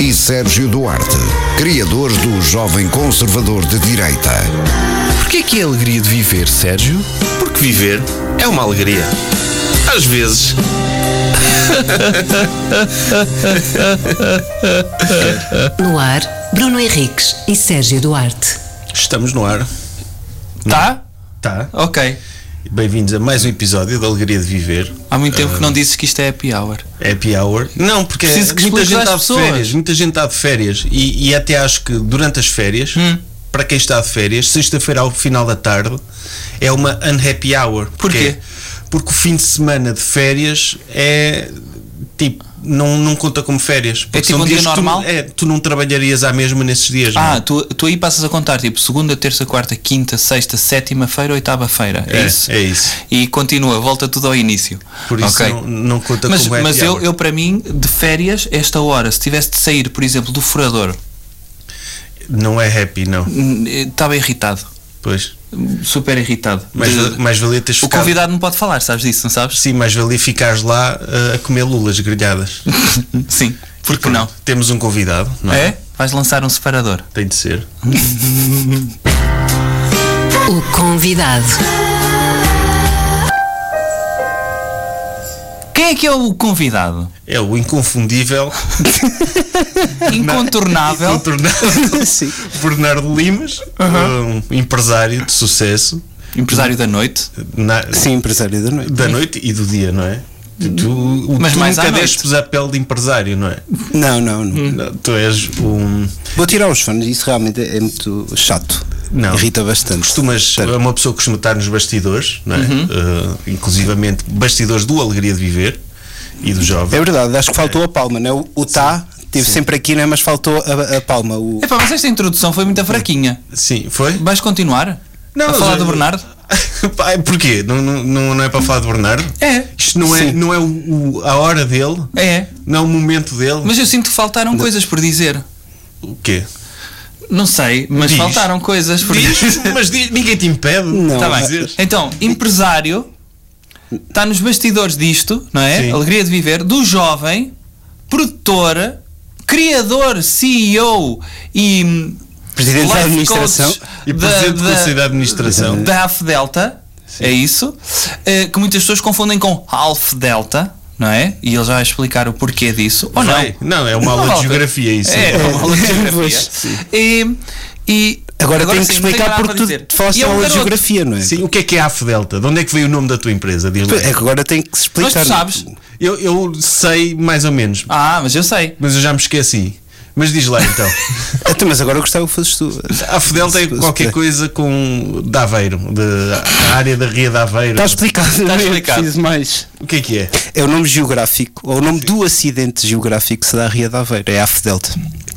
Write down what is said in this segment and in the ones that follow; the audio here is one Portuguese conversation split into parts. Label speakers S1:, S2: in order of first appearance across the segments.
S1: e Sérgio Duarte, criadores do Jovem Conservador de Direita.
S2: Porquê que é a alegria de viver, Sérgio?
S3: Porque viver é uma alegria. Às vezes.
S4: No ar, Bruno Henriques e Sérgio Duarte.
S3: Estamos no ar.
S2: Tá?
S3: Tá.
S2: Ok.
S3: Bem-vindos a mais um episódio da Alegria de Viver.
S2: Há muito tempo que não dizes que isto é happy hour.
S3: Happy Hour. Não, porque
S2: Preciso que
S3: muita
S2: expliques
S3: gente
S2: às
S3: está de
S2: pessoas.
S3: férias. Muita gente está de férias. E, e até acho que durante as férias, para quem está de férias, sexta-feira ao final da tarde é uma unhappy hour.
S2: Porquê?
S3: Porque o fim de semana de férias é tipo. Não, não conta como férias. porque
S2: tipo
S3: são
S2: um dia
S3: dias que tu-
S2: normal?
S3: é, tu não trabalharias à mesma nesses dias. não é?
S2: Ah, tu, tu aí passas a contar tipo segunda, terça, quarta, quinta, sexta, sétima-feira, oitava-feira. É,
S3: É,
S2: isso?
S3: é isso.
S2: E continua, volta tudo ao início.
S3: Por isso
S2: Ok.
S3: não, não conta
S2: Mas,
S3: como é happy
S2: mas eu,
S3: hour.
S2: eu, para mim, de férias, esta hora, se tivesse de sair, por exemplo, do furador,
S3: Não é happy, não.
S2: hum, eh, estava irritado.
S3: Pois.
S2: Hum, Super irritado.
S3: Mais,
S2: De-
S3: val- mais valia teres
S2: o
S3: ficado-
S2: convidado não pode falar, sabes disso, não sabes?
S3: Sim, mais valia ficares lá uh, a comer lulas grelhadas.
S2: Sim. Porque não?
S3: Temos um convidado, não é?
S2: É? Vais lançar um separador.
S3: Tem de ser.
S4: O convidado.
S2: Quem é que é o convidado?
S3: É o inconfundível,
S2: Incontornável.
S3: incontornável
S2: Sim.
S3: Bernardo Limas, um empresário de sucesso
S2: Empresário da noite.
S3: na-
S5: Sim, empresário da noite.
S3: da noite e do dia, não é? Tu, tu-
S2: Mas
S3: tu
S2: mais à
S3: nunca
S2: noite. Uhum.
S3: despes a pele de empresário, não é?
S5: Não, não, não.
S3: Não, tu és um.
S5: Vou tirar os fones, isso realmente é muito chato.
S3: Não.
S5: Irrita bastante.
S3: Costumas, é uma pessoa que costuma estar nos bastidores, não é? Uh, inclusivamente bastidores do Alegria de Viver e do Jovem.
S5: É verdade, acho que faltou a palma, não é? O, o tá esteve sempre aqui, não é? Mas faltou a, a palma. O...
S2: Epá, mas esta introdução foi muito fraquinha.
S3: Sim, foi?
S2: Vais continuar?
S3: Não,
S2: A falar
S3: eu-
S2: do Bernardo?
S3: Pá, Porquê? Não, não, não não é para falar de Bernardo?
S2: É.
S3: Isto não é,
S5: Sim.
S3: não é o- o- a hora dele,
S2: É.
S3: não é o momento dele.
S2: Mas eu sinto que faltaram coisas por dizer.
S3: o quê?
S2: Não sei, mas
S3: Diz.
S2: faltaram coisas por
S3: Diz,
S2: dizer.
S3: mas diz, ninguém te impede.
S5: Não.
S2: Tá
S3: Tá
S2: bem. Então, empresário está nos bastidores disto, não é?
S3: Sim.
S2: Alegria de viver, do jovem, produtor, criador, CEO e. hum,
S5: Presidente da
S2: life
S5: administração.
S2: coach
S3: E presidente de conselho da administração.
S2: Da Half Delta, é isso? eh, que muitas pessoas confundem com Half Delta, não é? E ele já vai explicar o porquê disso. Ou
S3: Vai.
S2: não?
S3: Não, é uma aula de
S2: volta.
S3: geografia isso.
S2: É, é uma aula de
S5: É,
S2: geografia.
S5: pois, sim.
S2: E. e
S5: Agora, tenho
S2: sim,
S5: que
S2: não tenho
S5: explicar
S2: nada
S5: porque
S2: para dizer.
S5: tu te falaste
S2: E é um
S5: aula de
S2: garoto.
S5: geografia, não é?
S3: Sim, o que é que é a AFDelta? De onde é que veio o nome da tua empresa? Diz lá.
S5: É que agora tem que se
S2: Mas
S5: explicar. é?
S2: tu sabes.
S3: Eu, eu sei mais ou menos,
S2: Ah, mas eu sei.
S3: mas eu já me esqueci. Mas diz lá então.
S5: Até, É, mas agora eu gostava que fosses tu.
S3: A Delta é qualquer coisa com de Aveiro, de a área da Ria de Aveiro.
S5: Está explicado.
S2: Está
S5: não é
S2: Tá explicado.
S5: preciso mais.
S3: O que é que é?
S5: É o nome geográfico, ou o nome do acidente geográfico que se dá a Ria de Aveiro. É a Delta.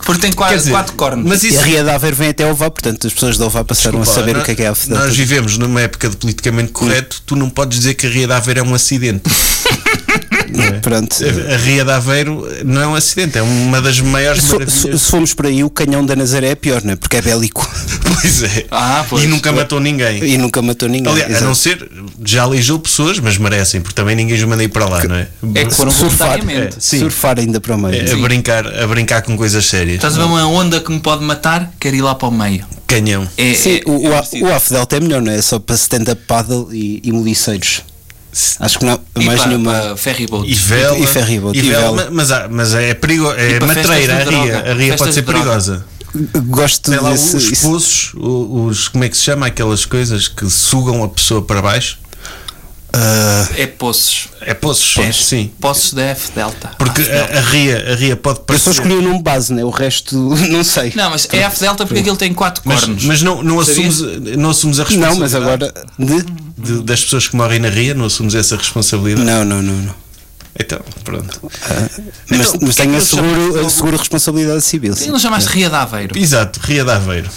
S2: Porque tem
S3: Quer
S2: quatro,
S3: dizer,
S2: quatro cornos.
S3: Mas
S5: E
S3: isso
S5: a Ria de Aveiro vem até Ovar, portanto as pessoas de Ovar passaram
S3: Desculpa,
S5: a saber
S3: nó-
S5: o que é que é a Delta.
S3: Nós vivemos numa época de politicamente correto, tu não podes dizer que a Ria de Aveiro é um acidente.
S5: Pronto.
S3: A Ria de Aveiro não é um acidente, é uma das maiores
S5: Se, se-
S3: maravilhas.
S5: se formos por aí, o canhão da Nazaré é pior, não é? Porque é bélico
S3: Pois é.
S2: Ah, pois.
S3: E nunca matou ninguém.
S5: e nunca matou ninguém.
S3: Aliás, a
S5: Exato.
S3: não ser, já alijou pessoas, mas merecem, porque também ninguém os mandei para lá, não é?
S2: É que foram
S5: surfar,
S2: voluntariamente.
S3: é. Sim.
S5: surfar ainda para o meio.
S3: A brincar, a brincar com coisas sérias.
S2: Estás a ver uma onda que me pode matar? Quero ir lá para o meio.
S3: Canhão.
S2: É,
S5: Sim,
S2: é-
S5: o,
S2: é
S5: o, A-
S2: preciso.
S5: o AF Delta é melhor, não é? É Só para stand-up paddle e, e moliceiros. Acho que não há
S2: E
S5: mais
S2: para-
S5: nenhuma.
S2: para ferry boat.
S3: E vela.
S5: e ferry boat,
S3: e
S5: e
S3: vela,
S5: vela.
S3: Mas, há- mas é, perigo, é
S2: E para
S3: matreira a
S2: festas de
S3: ria.
S2: droga.
S3: A ria pode
S2: Festas
S3: ser
S2: de droga.
S3: perigosa.
S5: Gosto
S3: Tem lá
S5: desse.
S3: os
S5: isso-
S3: poços, o- os, como é que se chama? Aquelas coisas que sugam a pessoa para baixo.
S5: Ah,
S2: É poços.
S3: É poços,
S2: É.
S3: sim.
S2: Poços da F Delta.
S3: Porque a, a ria, a ria pode
S5: eu só
S3: parecer.
S5: escolhi o nome base, não é? O resto não sei.
S2: Não, mas é F Delta porque aquilo tem quatro
S3: Mas,
S2: cornos.
S3: mas não, não,
S2: Sabias?
S3: assumes, não assumes a
S5: Não,
S3: responsabilidade.
S5: mas agora. de-
S3: de- das pessoas que morrem na ria, não assumes essa responsabilidade.
S5: Não, não, não. não.
S3: Então, pronto.
S5: Mas,
S2: é
S3: Então,
S5: mas
S3: porquê que
S5: tenho a
S3: não
S5: seguro,
S3: chamas-
S5: a seguro responsabilidade civil.
S2: Sim,
S5: sim.
S2: não chamaste Ria de Aveiro.
S3: Exato, ria de Aveiro.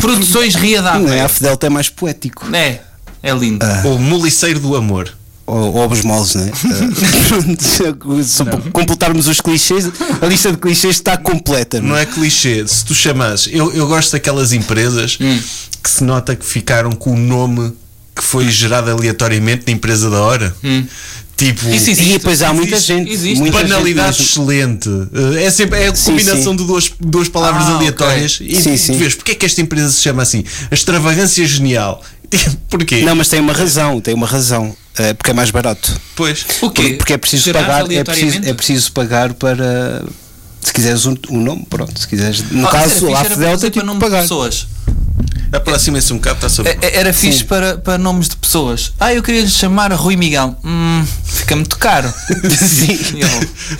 S2: Produções Ria de
S5: É, Não é? A
S2: Aveiro.
S5: AF Delta é Ah, mais poético.
S2: É, é lindo.
S3: Ou moliceiro do amor.
S5: ou, ou aos moles, né? Eh, pronto, Só para completarmos os clichês, a lista de clichês está completa.
S3: Não
S5: é?
S3: é clichê. Se tu
S5: Hum.
S3: chamas, eu, eu gosto daquelas empresas que se nota que ficaram com o nome que foi gerado aleatoriamente na empresa da hora. Tipo,
S2: Isso existe.
S5: Hum. E depois há muita
S2: Existe,
S5: gente.
S2: existe.
S5: Muita
S3: banalidade
S5: gente
S3: excelente. Uh, É sempre é a
S5: Sim,
S3: combinação
S5: sim.
S3: de duas, duas palavras
S2: Ah,
S3: aleatórias. E
S5: Sim,
S3: tu
S5: sim.
S3: vês, porque é que esta empresa se chama assim? A extravagância genial. Porquê?
S2: é?
S5: Não, mas tem uma razão, tem uma razão. eh, porque é mais barato.
S3: Pois.
S2: O quê?
S5: Por- Porque é preciso
S2: Gerado
S5: pagar, é preciso,
S2: aleatoriamente?
S5: é preciso pagar para se quiseres um, um nome, pronto, se quiseres. No
S2: Ah, isso
S5: caso,
S2: era
S5: lá
S2: fixe, era para
S5: Delta
S2: dizer
S5: tem
S2: para
S5: que
S2: nome de
S5: pagar.
S2: pessoas.
S3: Aproxima-se um bocado, está sobre.
S2: É- é- Era fixe para, para nomes de pessoas. Ah, eu queria lhe chamar Rui Miguel. Hum, fica muito caro.
S5: Sim.
S2: Eu,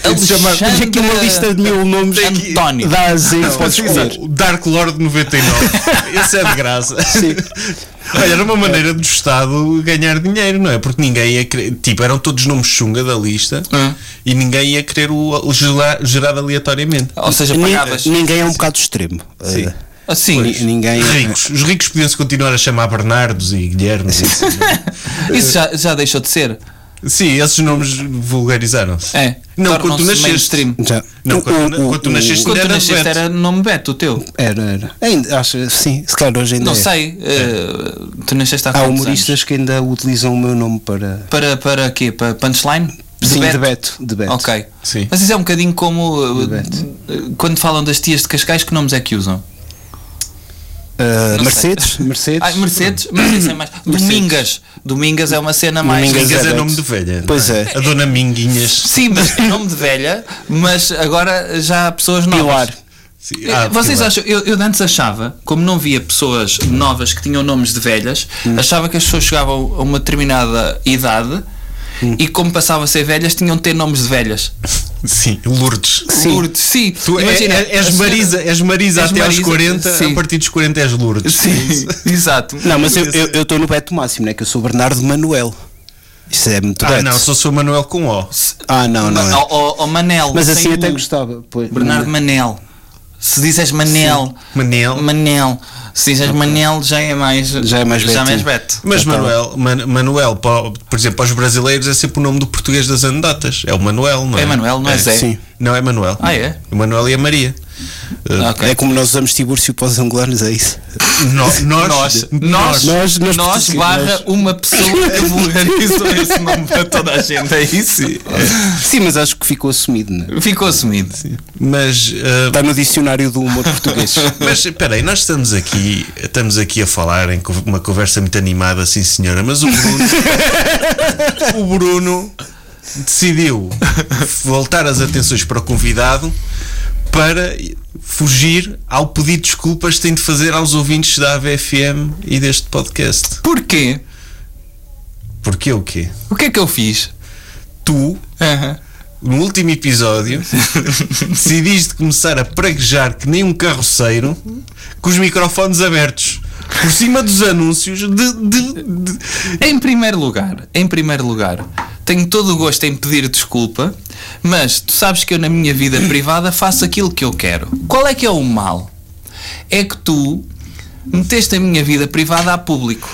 S3: Tem de chamar-
S5: Tens aqui uma lista de mil nomes
S2: Tem aqui-
S5: António. Dá a Z,
S3: Não,
S5: podes escolher.
S3: exato. O Dark Lord 99. Esse é de graça.
S5: Sim.
S3: Olha, era uma maneira do Estado ganhar dinheiro, não é? Porque ninguém ia querer. Tipo, eram todos nomes chunga da lista
S2: Hum.
S3: e ninguém ia querer o, o gera- gerado aleatoriamente.
S2: Ou seja,
S5: Ni-
S2: pagavas.
S5: Ninguém é um bocado extremo.
S3: Sim.
S5: Eh,
S2: Assim,
S5: ni- ninguém.
S3: Ricos. Os ricos podiam-se continuar a chamar Bernardos e Guilhermes. e assim, não é?
S2: isso já, já deixou de ser.
S3: Sim, esses nomes vulgarizaram-se.
S2: É.
S3: Não, quando tu
S2: Tornam-se
S3: nasceste.
S2: mainstream.
S5: Já.
S3: Não,
S5: O-
S3: quando, na-
S5: o-
S3: quando tu
S5: o-
S3: nasceste,
S2: Quando
S3: ainda
S2: tu
S3: era
S2: nasceste
S3: Beto.
S2: era nome Beto, o teu.
S5: Era, era. Ainda, acho, sim, se calhar hoje ainda.
S2: Não
S5: é.
S2: sei. eh, tu nasceste há
S5: Há
S2: quantos
S5: humoristas
S2: anos?
S5: que ainda utilizam o meu nome para.
S2: Para, para quê? Para punchline? De
S5: Sim,
S2: Beto?
S5: de Beto. De Beto.
S2: Ok.
S3: Sim.
S2: Mas isso é um bocadinho como uh,
S5: Beto.
S2: uh, quando falam das tias de Cascais, que nomes é que usam?
S5: Eh,
S2: Não
S5: Mercedes?
S2: sei.
S5: Mercedes?
S2: Ai, Mercedes? Mercedes é mais. Domingas. Domingas é uma cena mais.
S5: Domingas
S3: Mingas é
S5: Beto.
S3: nome de velha. não
S5: Pois é.
S3: A dona Minguinhas.
S2: Sim, mas é nome de velha, mas agora já há pessoas novas. Eh,
S5: Pilar.
S3: Sim. Ah,
S2: Vocês
S3: Pilar.
S2: acham, eu, eu antes achava, como não via pessoas novas que tinham nomes de velhas,
S5: Hum.
S2: achava que as pessoas chegavam a uma determinada idade
S5: Hum.
S2: e, como passavam a ser velhas, tinham de ter nomes de velhas.
S3: Sim, Lourdes.
S5: Sim.
S2: Lourdes, sim.
S3: Tu é-
S2: Imagina,
S3: é- és,
S2: a senhora-
S3: Marisa, és Marisa
S2: És
S3: até
S2: Marisa,
S3: aos 40,
S2: sim.
S3: a partir dos 40 és Lourdes.
S2: Sim, exato.
S5: Não, mas eu estou no Beto máximo, né? Que eu sou Bernardo Manuel. Isto é muito
S3: Ah,
S5: Beto.
S3: não, só sou Manuel com O.
S5: Ah, não, não. é.
S2: Ou, ou- ou Manel.
S5: Mas
S2: sem
S5: assim
S2: o
S5: até
S2: U.
S5: gostava. Pois, é.
S2: Bernardo Manel. Se dizes Manel.
S3: Manel.
S2: Manel. Se dizes Manel já é mais.
S5: Já é mais
S2: Já
S5: Betinho.
S2: mais Beto.
S3: Mas
S5: Tá, tá.
S3: Manuel, Man- Manuel, pa- por exemplo, aos brasileiros é sempre o nome do português das andatas. É o Manuel, não é?
S2: É Manuel, não é Zé?
S5: Sim.
S3: Não é Manuel.
S2: Ah, é?
S3: O Manuel e a Maria.
S2: Ah, ok.
S5: É como nós usamos Tibúrcio para os angolanos, é isso?
S3: No- nós,
S2: Nós, nós,
S5: Nós-
S2: nós,
S5: nós portugueses.
S2: barra uma pessoa que vulgarizou esse nome para toda a gente, é isso?
S5: Sim, mas acho que ficou assumido, né?
S2: Ficou assumido.
S3: Mas, ah,
S5: Está no dicionário do humor português.
S3: Mas espera aí, nós estamos aqui, estamos aqui a falar em co- uma conversa muito animada, sim senhora, mas o Bruno, o Bruno decidiu voltar as atenções para o convidado para fugir ao pedido de desculpas que tem de fazer aos ouvintes da AVFM e deste podcast.
S2: Porquê?
S3: Porquê o quê?
S2: O que é que eu fiz?
S3: Tu,
S2: Aham.
S3: no último episódio, decidiste começar a praguejar que nem um carroceiro com os microfones abertos por cima dos anúncios de. de- de-
S2: Em primeiro lugar, em primeiro lugar, tenho todo o gosto em pedir desculpa, mas tu sabes que eu na minha vida privada faço aquilo que eu quero. Qual é que é o mal? É que tu meteste a minha vida privada a público.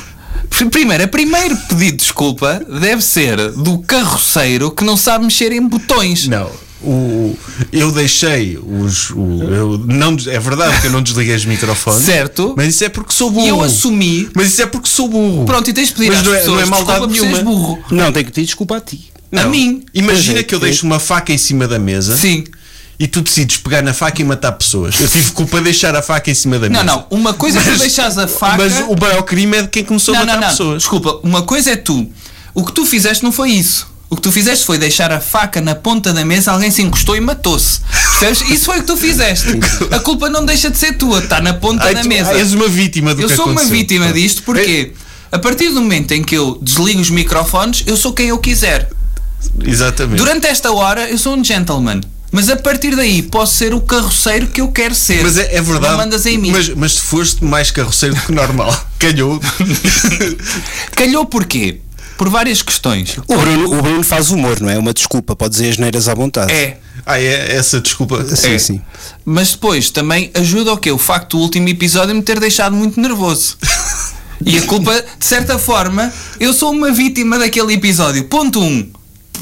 S2: Pr- Primeiro, a primeiro pedido de desculpa deve ser do carroceiro que não sabe mexer em botões.
S3: Não. o- eu deixei os. o- eu não, des- é verdade que eu não desliguei os microfones.
S2: Certo.
S3: Mas isso é porque sou burro.
S2: E eu assumi.
S3: Mas isso é porque sou burro.
S2: Pronto, e tens de pedir
S3: Mas
S2: às
S3: não é-
S2: pessoas
S3: não é maldade
S2: desculpa por seres
S3: nenhuma.
S2: burro.
S5: não, tenho que pedir desculpa a ti.
S2: A mim.
S3: Imagina
S5: Pois é,
S3: que eu
S5: pois.
S3: deixo uma faca em cima da mesa
S2: Sim.
S3: e tu decides pegar na faca e matar pessoas. Eu tive culpa de deixar a faca em cima da
S2: Não,
S3: mesa.
S2: não. Uma coisa é tu
S3: Mas-
S2: deixares a faca.
S3: Mas o maior crime é de quem começou a
S2: não,
S3: matar
S2: não, não.
S3: pessoas.
S2: Desculpa, uma coisa é tu. O que tu fizeste não foi isso. O que tu fizeste foi deixar a faca na ponta da mesa, alguém se encostou e matou-se. Percebes? Isso foi o que tu fizeste. A culpa não deixa de ser tua, está tá na ponta
S3: Ai,
S2: da
S3: tu-
S2: mesa.
S3: ah, és uma vítima do
S2: eu
S3: que
S2: sou uma
S3: aconteceu.
S2: vítima
S3: Pronto.
S2: disto porque a partir do momento em que eu desligo os microfones, eu sou quem eu quiser.
S3: É, Exatamente.
S2: Durante esta hora eu sou um gentleman. Mas a partir daí posso ser o carroceiro que eu quero ser.
S3: Mas é, é verdade.
S2: Não mandas em mim.
S3: Mas, mas tu foste mais carroceiro do que normal. Calhou.
S2: Calhou porquê? Por várias questões.
S5: O Bruno, o Bruno faz humor, não é? Uma desculpa, pode dizer as neiras à vontade.
S2: É.
S3: ah, é essa desculpa.
S5: Sim,
S2: É.
S5: sim.
S2: Mas depois também ajuda o quê? O facto do último episódio me ter deixado muito nervoso. E a culpa, de certa forma, eu sou uma vítima daquele episódio. Ponto 1. Um,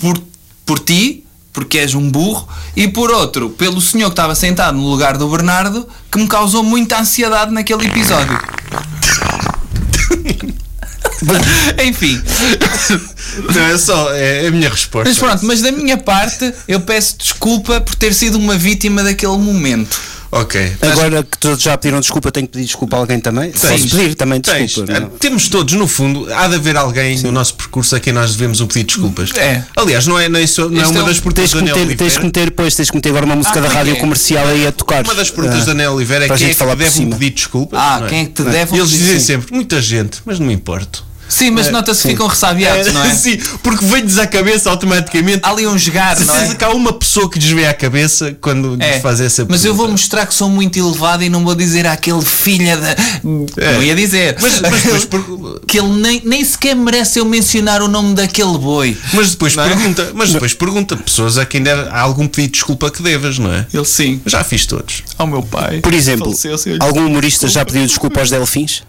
S2: por, por ti, porque és um burro. E por outro, pelo senhor que estava sentado no lugar do Bernardo, que me causou muita ansiedade naquele episódio. Enfim,
S3: Não, é só é a minha resposta.
S2: mas pronto, mas da minha parte eu peço desculpa por ter sido uma vítima daquele momento.
S3: Ok.
S5: Agora que todos já pediram desculpa, tenho que pedir desculpa a alguém também. Posso pedir também
S3: Tens.
S5: desculpa.
S2: É,
S5: não?
S3: Ah, Temos todos, no fundo, há de haver alguém no nosso percurso a quem nós devemos um pedido de desculpas.
S2: É.
S3: Aliás, não é, não é, só- não é
S2: Este
S3: uma
S2: é
S3: das
S2: um-
S5: Tens
S3: perguntas
S5: que,
S3: da Nel
S5: meter, tens que
S3: Oliveira.
S5: meter depois, tens que meter agora uma música
S2: Ah,
S5: da
S2: pois
S5: rádio
S2: é.
S5: comercial aí a tocar.
S3: Uma das perguntas
S5: Ah.
S3: da Nel Oliveira é
S5: Para a
S3: quem é
S5: gente falar
S3: que
S5: por
S3: deve um
S5: cima.
S3: pedido de desculpas.
S2: Ah,
S3: não
S2: quem é que te
S3: Não
S2: deve um
S3: Eles
S2: pedido de
S3: dizem
S2: desculpa?
S3: sempre, muita gente, mas não me importo.
S2: Sim, mas nota-se que ficam ressabiados, não é?
S3: É, Sim, porque vem-lhes à cabeça automaticamente.
S2: Há ali um jogar, não é?
S3: Certeza que há uma pessoa que lhes vem à cabeça quando
S2: É,
S3: lhes faz essa
S2: mas eu vou
S3: pergunta.
S2: mostrar que sou muito elevado e não vou dizer àquele filha da. Não ia dizer.
S3: É. Mas- mas depois por-
S2: que ele nem, nem sequer merece eu mencionar o nome daquele boi.
S3: Mas depois
S2: Não é?
S3: pergunta, mas depois pergunta pessoas a quem deve, há algum pedido de desculpa que devas, não é?
S2: Ele sim,
S3: Já fiz todos.
S2: ao meu pai.
S5: Por exemplo,
S2: Faleceu-se.
S5: algum humorista já pediu desculpa aos delfins?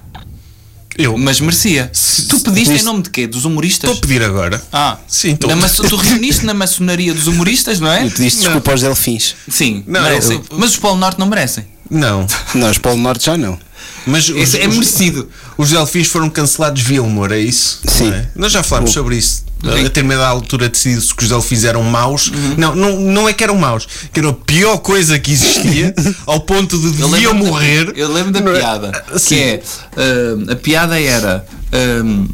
S3: Eu
S2: Mas merecia. tu pediste em
S5: pediste-
S2: nome de quê? Dos
S3: estou
S2: humoristas?
S3: a pedir agora.
S2: Ah,
S3: Sim, estou
S2: na maço- tu reuniste na maçonaria dos humoristas, não é?
S5: E pediste desculpa aos delfins?
S2: Sim,
S3: Não,
S2: merecem.
S3: eu-
S2: Mas os Polo Norte não merecem.
S3: Não.
S5: Nós, Polo Norte já não.
S3: Mas os,
S2: Esse é
S3: os-
S2: merecido.
S3: os delfins foram cancelados via humor, é isso?
S5: Sim.
S3: Não é? Nós já falámos sobre isso.
S2: Sim. Uhum.
S3: A determinada altura decidiu-se que os delfins eram maus. Não, não, não é que eram maus, que era a pior coisa que existia, ao ponto de
S2: Eu
S3: deviam
S2: lembro-me da-
S3: morrer.
S2: eu lembro da
S3: Não é?
S2: piada.
S3: Sim.
S2: Que é. ah, a piada era. ah,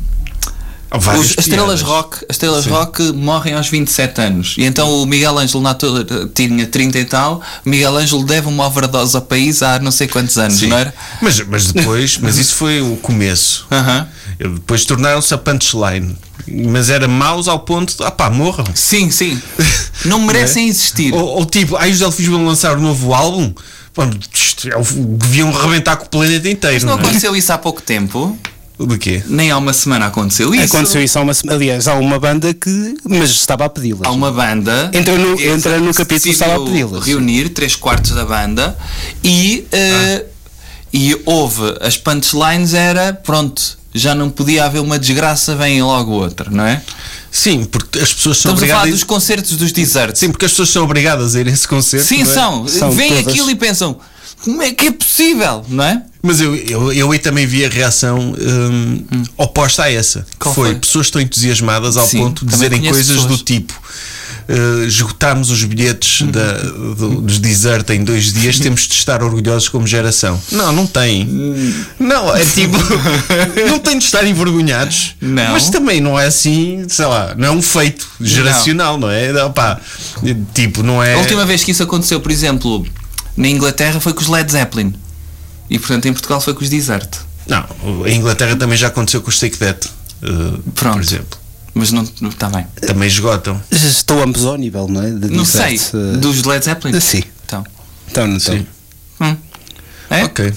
S3: Há várias
S2: Os- as
S3: piadas.
S2: estrelas rock, as estrelas rock morrem aos 27 anos. E então o Miguel Ângelo na altura tinha 30 e tal. O Miguel Ângelo deve uma overdose ao país há não sei quantos anos,
S3: Sim.
S2: não era?
S3: Mas, mas depois, mas isso foi o começo.
S2: Aham.
S3: Eu- Depois tornaram-se a punchline. Mas era maus ao ponto de, ah pá, morram.
S2: Sim, sim. Não
S3: é?
S2: merecem existir.
S3: Ou, ou tipo, aí os Delfins vão lançar um novo álbum? Bom, isto é o- deviam rebentar com o planeta inteiro.
S2: Não
S3: Não é?
S2: aconteceu isso há pouco tempo.
S3: Do quê?
S2: Nem há uma semana aconteceu isso.
S5: Aconteceu isso há uma semana. Aliás, há uma banda que. Mas estava a pedi-las.
S2: Há um- uma banda.
S5: Entra no-
S2: que
S5: entra no capítulo
S2: decidiu
S5: Sala a Pedi-las.
S2: Reunir três quartos da banda e. eh, E houve. As punchlines era. Pronto. Já não podia haver uma desgraça, vem logo outra, não é?
S3: Sim, porque as pessoas são
S2: Estamos a falar
S3: obrigadas.
S2: dos concertos dos desertos.
S3: Sim, porque as pessoas são obrigadas a ir a esse concerto.
S2: Sim,
S3: não é?
S2: são.
S5: São
S2: Vêm
S5: todas.
S2: aquilo e pensam: como é que é possível? Não é?
S3: Mas eu, eu, eu aí também vi a reação hum, oposta a essa. que
S2: Qual
S3: foi,
S2: foi?
S3: pessoas estão entusiasmadas ao
S2: Sim,
S3: ponto de
S2: também
S3: dizerem
S2: conheço
S3: coisas
S2: pessoas. Uhum.
S3: do tipo. "Eh, esgotámos os bilhetes da, do- dos Desert em dois dias, temos de estar orgulhosos como geração. Não, não tem.
S2: Hum.
S3: Não, é tipo, não tem de estar envergonhados,
S2: Não.
S3: mas também não é assim, sei lá, não é um feito geracional, não, é? Opá, tipo, não é.
S2: A última vez que isso aconteceu, por exemplo, na Inglaterra foi com os Led Zeppelin. E portanto em Portugal foi com os Desert.
S3: Não, a Inglaterra também já aconteceu com os Take That, eh,
S2: Pronto.
S3: por exemplo.
S2: Mas não está bem.
S3: Também esgotam.
S5: Estou ambos ao nível, não é? De-
S2: Não
S5: de
S2: sei.
S5: certo, eh,
S2: Dos Led Zeppelin?
S5: Sim.
S2: Então.
S5: Então, não tenho.
S2: hum. É?
S3: Ok.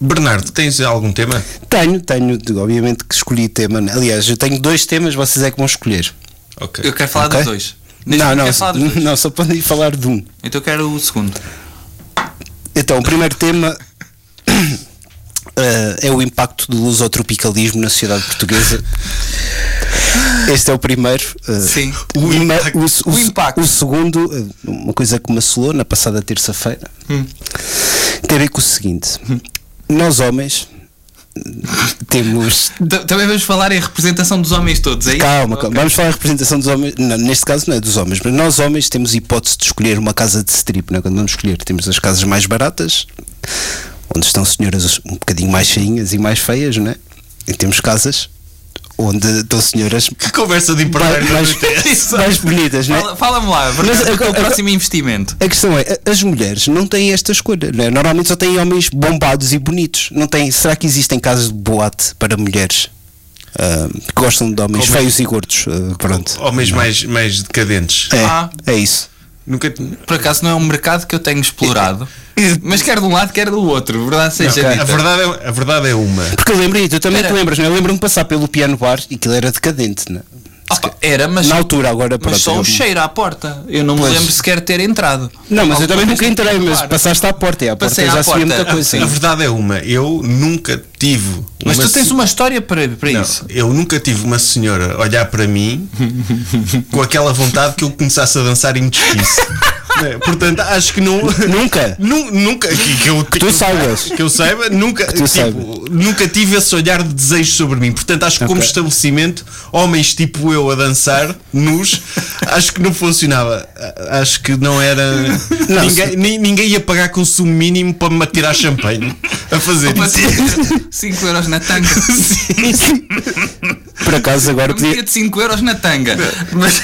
S3: Bernardo, tens algum tema?
S5: Tenho, tenho, de- obviamente que escolhi tema. né? Aliás, eu tenho dois temas, vocês é que vão escolher.
S3: Ok.
S2: Eu quero falar
S5: Ok.
S2: dos dois. Neste
S5: Não,
S2: momento
S5: não,
S2: quero falar dos dois.
S5: não, só podem falar de um.
S2: Então eu quero o segundo.
S5: Então, o primeiro tema eh, é o impacto do lusotropicalismo na sociedade portuguesa. Este é o primeiro. eh,
S2: Sim.
S5: O, ima- o se- o
S2: O
S5: se-
S2: impacto.
S5: o segundo, eh, uma coisa que me assolou na passada terça-feira,
S2: Hum.
S5: tem a ver com o seguinte: nós homens eh, temos.
S2: Ta- Também vamos falar em representação dos homens todos, é isso?
S5: Calma, calma. Vamos falar a representação dos homens. não, neste caso não é dos homens, mas nós homens temos hipótese de escolher uma casa de strip, não é? Quando vamos escolher, temos as casas mais baratas, onde estão senhoras um bocadinho mais cheinhas e mais feias, não é? E temos casas onde estão senhoras
S3: Que conversa de é
S5: mais,
S3: imperfeito.
S5: mais, mais bonitas, não é?
S2: Fala- Fala-me lá, Bernardo,
S5: Mas, eh,
S2: qual é o
S5: agora-
S2: próximo investimento?
S5: A questão é, a- as mulheres não têm esta escolha. não é? Normalmente só têm homens bombados e bonitos. Não têm, será que existem casas de boate para mulheres ah, que gostam de homens
S3: Homens-
S5: feios e gordos? Ah, pronto.
S3: Homens mais, mais decadentes.
S5: É,
S2: Ah.
S5: é isso.
S3: Nunca.
S2: Por acaso não é um mercado que eu tenho explorado, mas quer de um lado, quer do outro, verdade seja
S5: Eh, Ok.
S2: dita.
S3: A verdade, é, a verdade é uma.
S5: Porque eu lembrei, tu também
S2: Era-
S5: te lembras, não é? Eu lembro-me de passar pelo piano bar e aquilo era decadente, não é?
S2: Opa, era, mas,
S5: Na altura, agora
S2: mas
S5: pronto,
S2: só o
S5: eu-
S2: cheiro à porta. Eu não
S5: Pois.
S2: me lembro sequer de ter entrado.
S5: Não, mas eu
S2: Alguma
S5: também
S2: vez
S5: nunca entrei,
S2: claro.
S5: mas passaste à porta e à porta
S2: Passei
S5: eu
S2: à
S5: já sabia
S2: porta.
S5: muita coisa.
S2: Sim.
S3: A verdade é uma. Eu nunca tive.
S2: Mas
S3: uma
S2: tu tens
S3: se-
S2: uma história para, para
S3: Não,
S2: isso.
S3: eu nunca tive uma senhora olhar para mim com aquela vontade que eu começasse a dançar e me despisse. Né? Portanto, acho que não.
S5: Nunca.
S3: Nu- nunca. Que, que eu, que
S5: tu
S3: eu-
S5: saibas.
S3: Que eu saiba, nunca,
S5: tu
S3: tipo,
S5: saibas.
S3: nunca tive esse olhar de desejo sobre mim. Portanto, acho que como
S5: Ok.
S3: estabelecimento, homens tipo eu a dançar, nus, acho que não funcionava. A- Acho que não era.
S5: Não,
S3: ninguém, ni- ninguém ia pagar consumo mínimo para me atirar champanhe a fazer isso.
S2: 5 euros na tanga.
S5: Por acaso agora
S2: Eu metia
S5: podia.
S2: um de 5 euros na tanga. Mas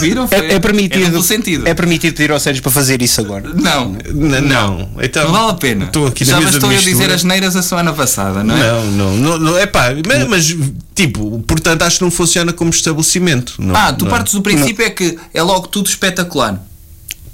S2: viram? Foi-
S5: É, é permitido.
S2: É duplo sentido.
S5: É permitido pedir ao Sérgio para fazer isso agora.
S2: Não.
S3: N- Não, então.
S2: Não vale a pena.
S3: Estou aqui na
S2: Já
S3: mesa de
S2: bastou eu dizer
S3: mistura.
S2: as neiras a semana passada, não é?
S3: Não, não, não, não é pá, mas, mas, tipo, portanto acho que não funciona como estabelecimento. Não,
S2: Ah, tu
S3: não.
S2: partes do princípio é que é logo tudo espetacular.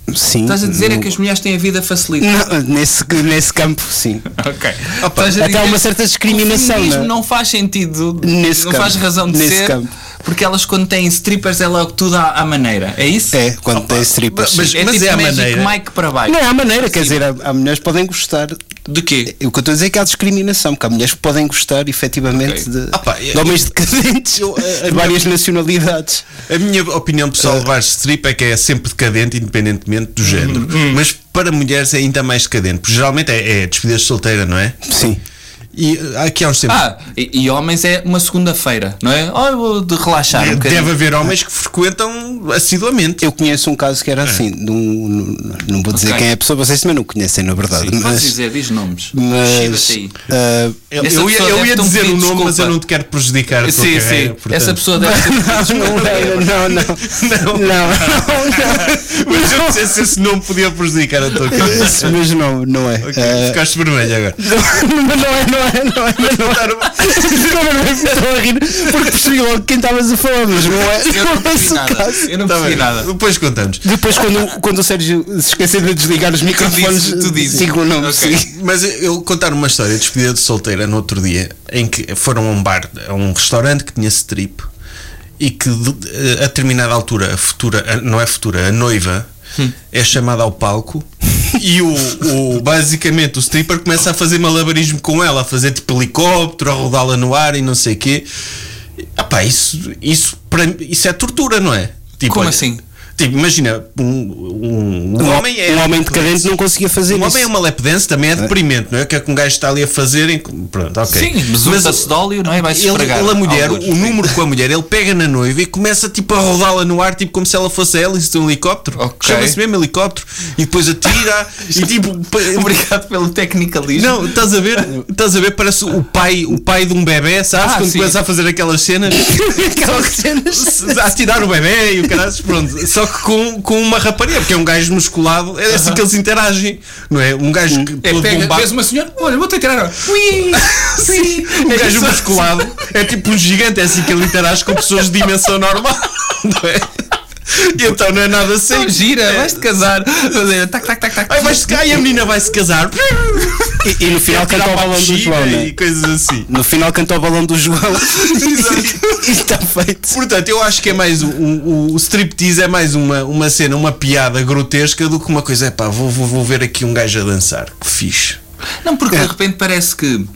S5: Uh, Sim.
S2: Estás a dizer é
S5: não-
S2: que as mulheres têm a vida facilitada.
S5: Não, nesse, nesse campo, sim.
S2: Ok.
S5: uh. Opa,
S2: Estás a
S5: até há
S2: dizer
S5: uma certa
S2: que o
S5: discriminação,
S2: feminismo
S5: não é?
S2: não faz sentido,
S5: Nesse
S2: não
S5: campo,
S2: faz razão de
S5: nesse
S2: ser,
S5: campo.
S2: porque elas quando têm strippers é logo tudo à, à maneira. É isso?
S5: É, quando tem strippers.
S3: mas-
S5: sim.
S2: é tipo
S3: é à
S2: Magic
S3: maneira.
S2: Mike para baixo.
S5: não é a maneira, quer dizer, há, há mulheres que podem gostar.
S2: De quê?
S5: O que eu estou a dizer é que há discriminação, porque há mulheres que podem gostar efetivamente de,
S3: Ah
S2: é-
S3: pá, eu-
S5: de homens decadentes,
S3: eu- a- a
S5: de várias nacionalidades.
S3: A minha opinião pessoal de bar strip é que é sempre decadente, independentemente do género. Mas para mulheres é ainda mais decadente, porque geralmente é, é despedida de solteira, não é?
S5: Sim.
S3: E eh, aqui há uns tempos.
S2: Ah, e, e homens é uma segunda-feira, não é? Oh, eu vou de relaxar um bocadinho.
S3: Deve haver homens que frequentam assiduamente.
S5: Eu conheço um caso que era assim, de um- não, não, vou dizer
S2: Ok.
S5: quem é a pessoa, vocês também não conhecem, na verdade.
S2: Podes
S5: mas
S2: dizer, diz nomes.
S5: mas
S2: Chega-te aí.
S5: ah,
S3: Eu,
S2: Essa
S3: eu ia,
S2: pessoa
S3: eu
S2: deve
S3: ia
S2: ter um
S3: dizer o
S2: pedido
S3: nome, mas
S2: de
S3: eu
S2: desculpa.
S3: não te quero prejudicar a tua
S2: Sim,
S3: carreira.
S2: sim.
S3: portanto.
S2: Essa pessoa deve ser.
S5: não, não, não, não, não, não,
S3: Mas eu não sei se esse nome podia prejudicar a tua carreira.
S5: Esse- mas não, não é.
S3: Ok,
S5: Ah,
S3: Ficaste vermelho agora. Tá
S5: Mas não é, não é, não é, mas não é. Estou mesmo- estou a rir porque percebi logo quem estavas a falar, mas não é,
S2: Eu não
S5: não é
S2: percebi
S5: esse o
S2: nada.
S5: caso.
S2: Eu não
S3: Tá
S2: percebi
S3: bem,
S2: nada.
S3: Depois contamos.
S5: Depois, quando, quando o Sérgio se esquecer de desligar os microfones,
S2: dizes, tu dizes.
S5: digo o nome,
S2: Ok.
S5: sim.
S3: Mas eu- eu contar uma história de despedida de solteira no outro dia em que foram a um bar, a um restaurante que tinha strip e que de- eh, a determinada altura, a futura, a- não é futura, a noiva
S2: Hum.
S3: é chamada ao palco e o, o- basicamente o stripper começa a fazer malabarismo com ela, a fazer tipo helicóptero, a rodá-la no ar e não sei o quê. Ah pá, isso, isso, para, mim- isso é tortura, não é? Tipo,
S2: Como
S3: olha,
S2: assim?
S3: Tipo, imagina, um, um,
S5: Um
S3: homem é
S5: um homem decadente não conseguia fazer
S3: um homem é
S5: isso.
S3: uma lap dance, também é deprimente, não é? O que é que um gajo está ali a fazer? em- Pronto, ok.
S2: Sim, mas o tacedóleo, não é? Vai
S3: ele,
S2: esfregar.
S3: ele, a mulher,
S2: alguns.
S3: o número com a mulher, ele pega na noiva e começa tipo a rodá-la no ar, tipo como se ela fosse a hélice de um helicóptero.
S2: Ok.
S3: Chama-se mesmo helicóptero. E depois atira e
S2: é
S3: tipo. pa-
S2: um Obrigado pelo tecnicalismo.
S3: Não, estás a ver? Estás a ver? Parece o pai, o pai de um bebê, sabes?
S2: Ah,
S3: Quando
S2: sim.
S3: começa a fazer aquelas cenas,
S2: é
S5: Aquelas cenas.
S3: se- a tirar o bebê e o caralho, pronto. Só que com, com uma rapariga, porque é um gajo musculado, é assim que eles interagem, não é? Um gajo que
S2: É,
S3: todo
S2: pega,
S3: bombado-
S2: vês uma senhora, olha, vou-te tirar. Ui, sim.
S3: Um gajo musculado é tipo um gigante, é assim que ele interage com pessoas de dimensão normal, não é? E então não é nada assim.
S2: Então gira, vais-te casar. Tac, tac, tac, tac.
S3: Ai, vai-se ca- ai, a menina vai se casar.
S5: E, e no final
S3: Tirar
S5: canta o
S3: para a
S5: balão do
S3: piscina
S5: João, né?
S3: e coisas assim.
S5: No final canta o balão do João. E está feito.
S3: Portanto, eu acho que é mais um, um- o striptease é mais uma, uma cena, uma piada grotesca do que uma coisa. É pá, vou, vou, vou ver aqui um gajo a dançar. Que fixe.
S2: Não, porque de repente parece que.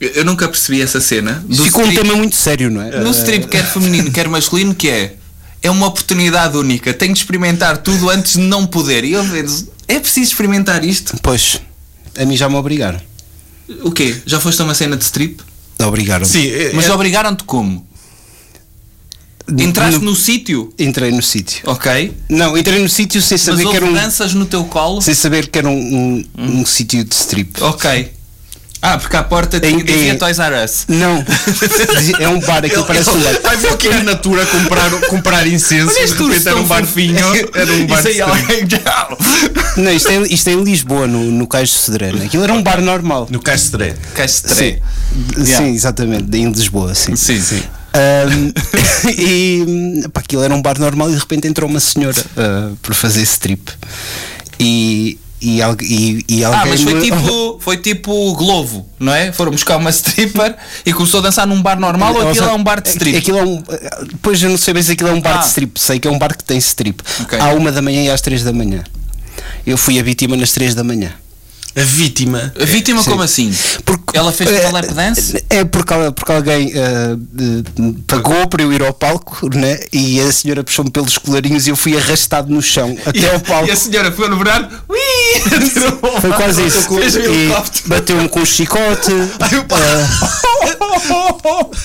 S2: Eu eu nunca percebi essa cena. do
S5: Ficou um
S2: strip-
S5: tema muito sério, não é?
S2: No strip, quer feminino, quer masculino, que é. É uma oportunidade única. Tenho de experimentar tudo antes de não poder. E eu vejo. É preciso experimentar isto?
S5: Pois, a mim já me obrigaram.
S2: O quê? Já foste a uma cena de strip?
S5: Obrigaram.
S3: Sim, é-
S2: Mas
S3: é-
S2: obrigaram-te como? Entraste no sítio?
S5: Entrei no sítio.
S2: Ok.
S5: Não, entrei no sítio sem
S2: Mas
S5: saber que
S2: houve Hum.
S5: era um.
S2: danças no teu colo?
S5: Sem saber que era um, um, um sítio de strip.
S2: Ok. Ah, porque à
S3: É,
S2: porta
S5: Em-
S2: tinha dizia
S5: em-
S2: Toys R Us.
S5: Não. é um bar, aquilo
S3: Ele-
S5: parece um
S3: ele-
S5: bar.
S3: Ai, vou aqui à Natura comprar, comprar incenso.
S2: Olha
S3: e
S2: este
S3: De repente
S2: urso
S3: era um
S2: tão
S3: barfinho.
S2: fofinho.
S3: Era um bar
S2: Isso aí
S3: de strip.
S2: alguém-
S5: Não, isto é, isto é em Lisboa, no, no Cais de Cedrana. Aquilo era um bar normal.
S3: No é. Castre.
S2: Castré.
S5: Sim,
S2: Yeah.
S5: exatamente, em Lisboa, sim.
S2: Sim, sim.
S5: Ahm, e pá, aquilo era um bar normal e de repente entrou uma senhora ah, por fazer strip. E, e, algu- e, e alguém.
S2: Ah, mas foi
S5: me-
S2: tipo, foi tipo Globo, não é? Foram buscar uma stripper e começou a dançar num bar normal ou aquilo é um bar de strip?
S5: Aquilo Então, é um. Pois eu não sei bem se aquilo é um bar
S2: Ah.
S5: de strip. Sei que é um bar que tem strip.
S2: Ok.
S5: À uma da manhã e às três da manhã. Eu fui a vítima nas três da manhã.
S3: A vítima.
S2: A vítima,
S5: sim.
S2: como assim?
S5: Porque-
S2: ela fez
S5: é,
S2: uma lap dance?
S5: É porque, al- porque alguém ah, de- pagou para eu ir ao palco né? e a senhora puxou-me pelos colarinhos e eu fui arrastado no chão até ao palco.
S2: E a senhora foi no verão, ui! atirou o
S5: Foi quase isso.
S2: balão, fez um
S5: E
S2: helicóptero.
S5: bateu-me com um chicote,
S2: Ah.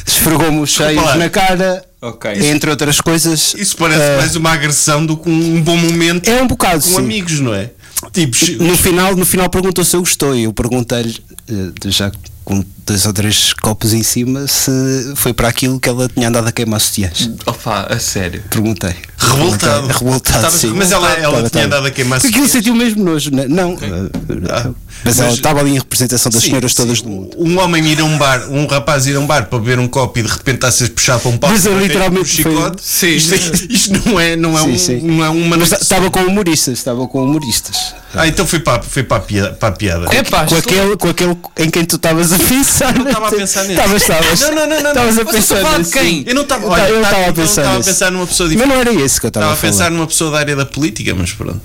S5: esfregou-me os cheios
S3: Repara.
S5: na cara,
S2: Ok.
S5: entre outras coisas.
S3: Isso parece
S5: Ah,
S3: mais uma agressão do que um bom momento
S5: É um bocado.
S3: com
S5: sim.
S3: amigos, não é? Tipo,
S5: No final, no final perguntou se eu gostou e eu perguntei-lhe, eh, já com dois ou três copos em cima, se foi para aquilo que ela tinha andado a queimar sutiãs.
S2: Opa, a sério.
S5: Perguntei.
S3: Revoltado.
S5: Perguntei. Revoltado,
S3: Estavas-
S5: sim.
S3: mas ela- ela
S5: Estava,
S3: tinha
S5: estava.
S3: andado a queimar
S5: Porque aquilo
S3: sutiãs. Ah.
S5: sentiu mesmo nojo, né? não? eh, mas, ela
S3: Mas-
S5: estava ali em representação das senhoras todas do mundo.
S3: Um homem ir a um bar, um rapaz ir a um bar para beber um copo e de repente está a ser puxado para um palco
S5: Mas eu
S3: para ter
S5: literalmente
S3: um
S5: foi-
S3: chicote.
S2: Sim.
S3: Isto, isto não é, não é,
S5: Sim,
S3: um,
S5: sim.
S3: Não é uma
S5: Mas tá-
S3: notícia.
S5: estava com humoristas, estava com humoristas.
S3: Ah, então foi para, foi para a piada. Para a piada.
S2: É pá,
S5: Com aquele, com aquele em quem tu estavas a pensar. Não
S3: estava a pensar nele.
S5: Estavas, estavas.
S3: Não, não, não, não,
S5: Estavas
S3: não.
S5: a
S3: Mas eu
S5: pensar
S2: estou a falar de
S5: nisso.
S2: quem?
S3: Eu não estava
S5: Eu
S3: olha,
S5: tava- eu
S3: tá-
S5: tava a
S3: então
S5: pensar
S3: estava a
S5: nisso.
S3: pensar numa pessoa
S5: Mas
S3: diferente.
S5: não era esse que eu estava
S3: Estava
S5: a
S3: a
S5: falar.
S3: pensar numa pessoa da área da política, mas pronto.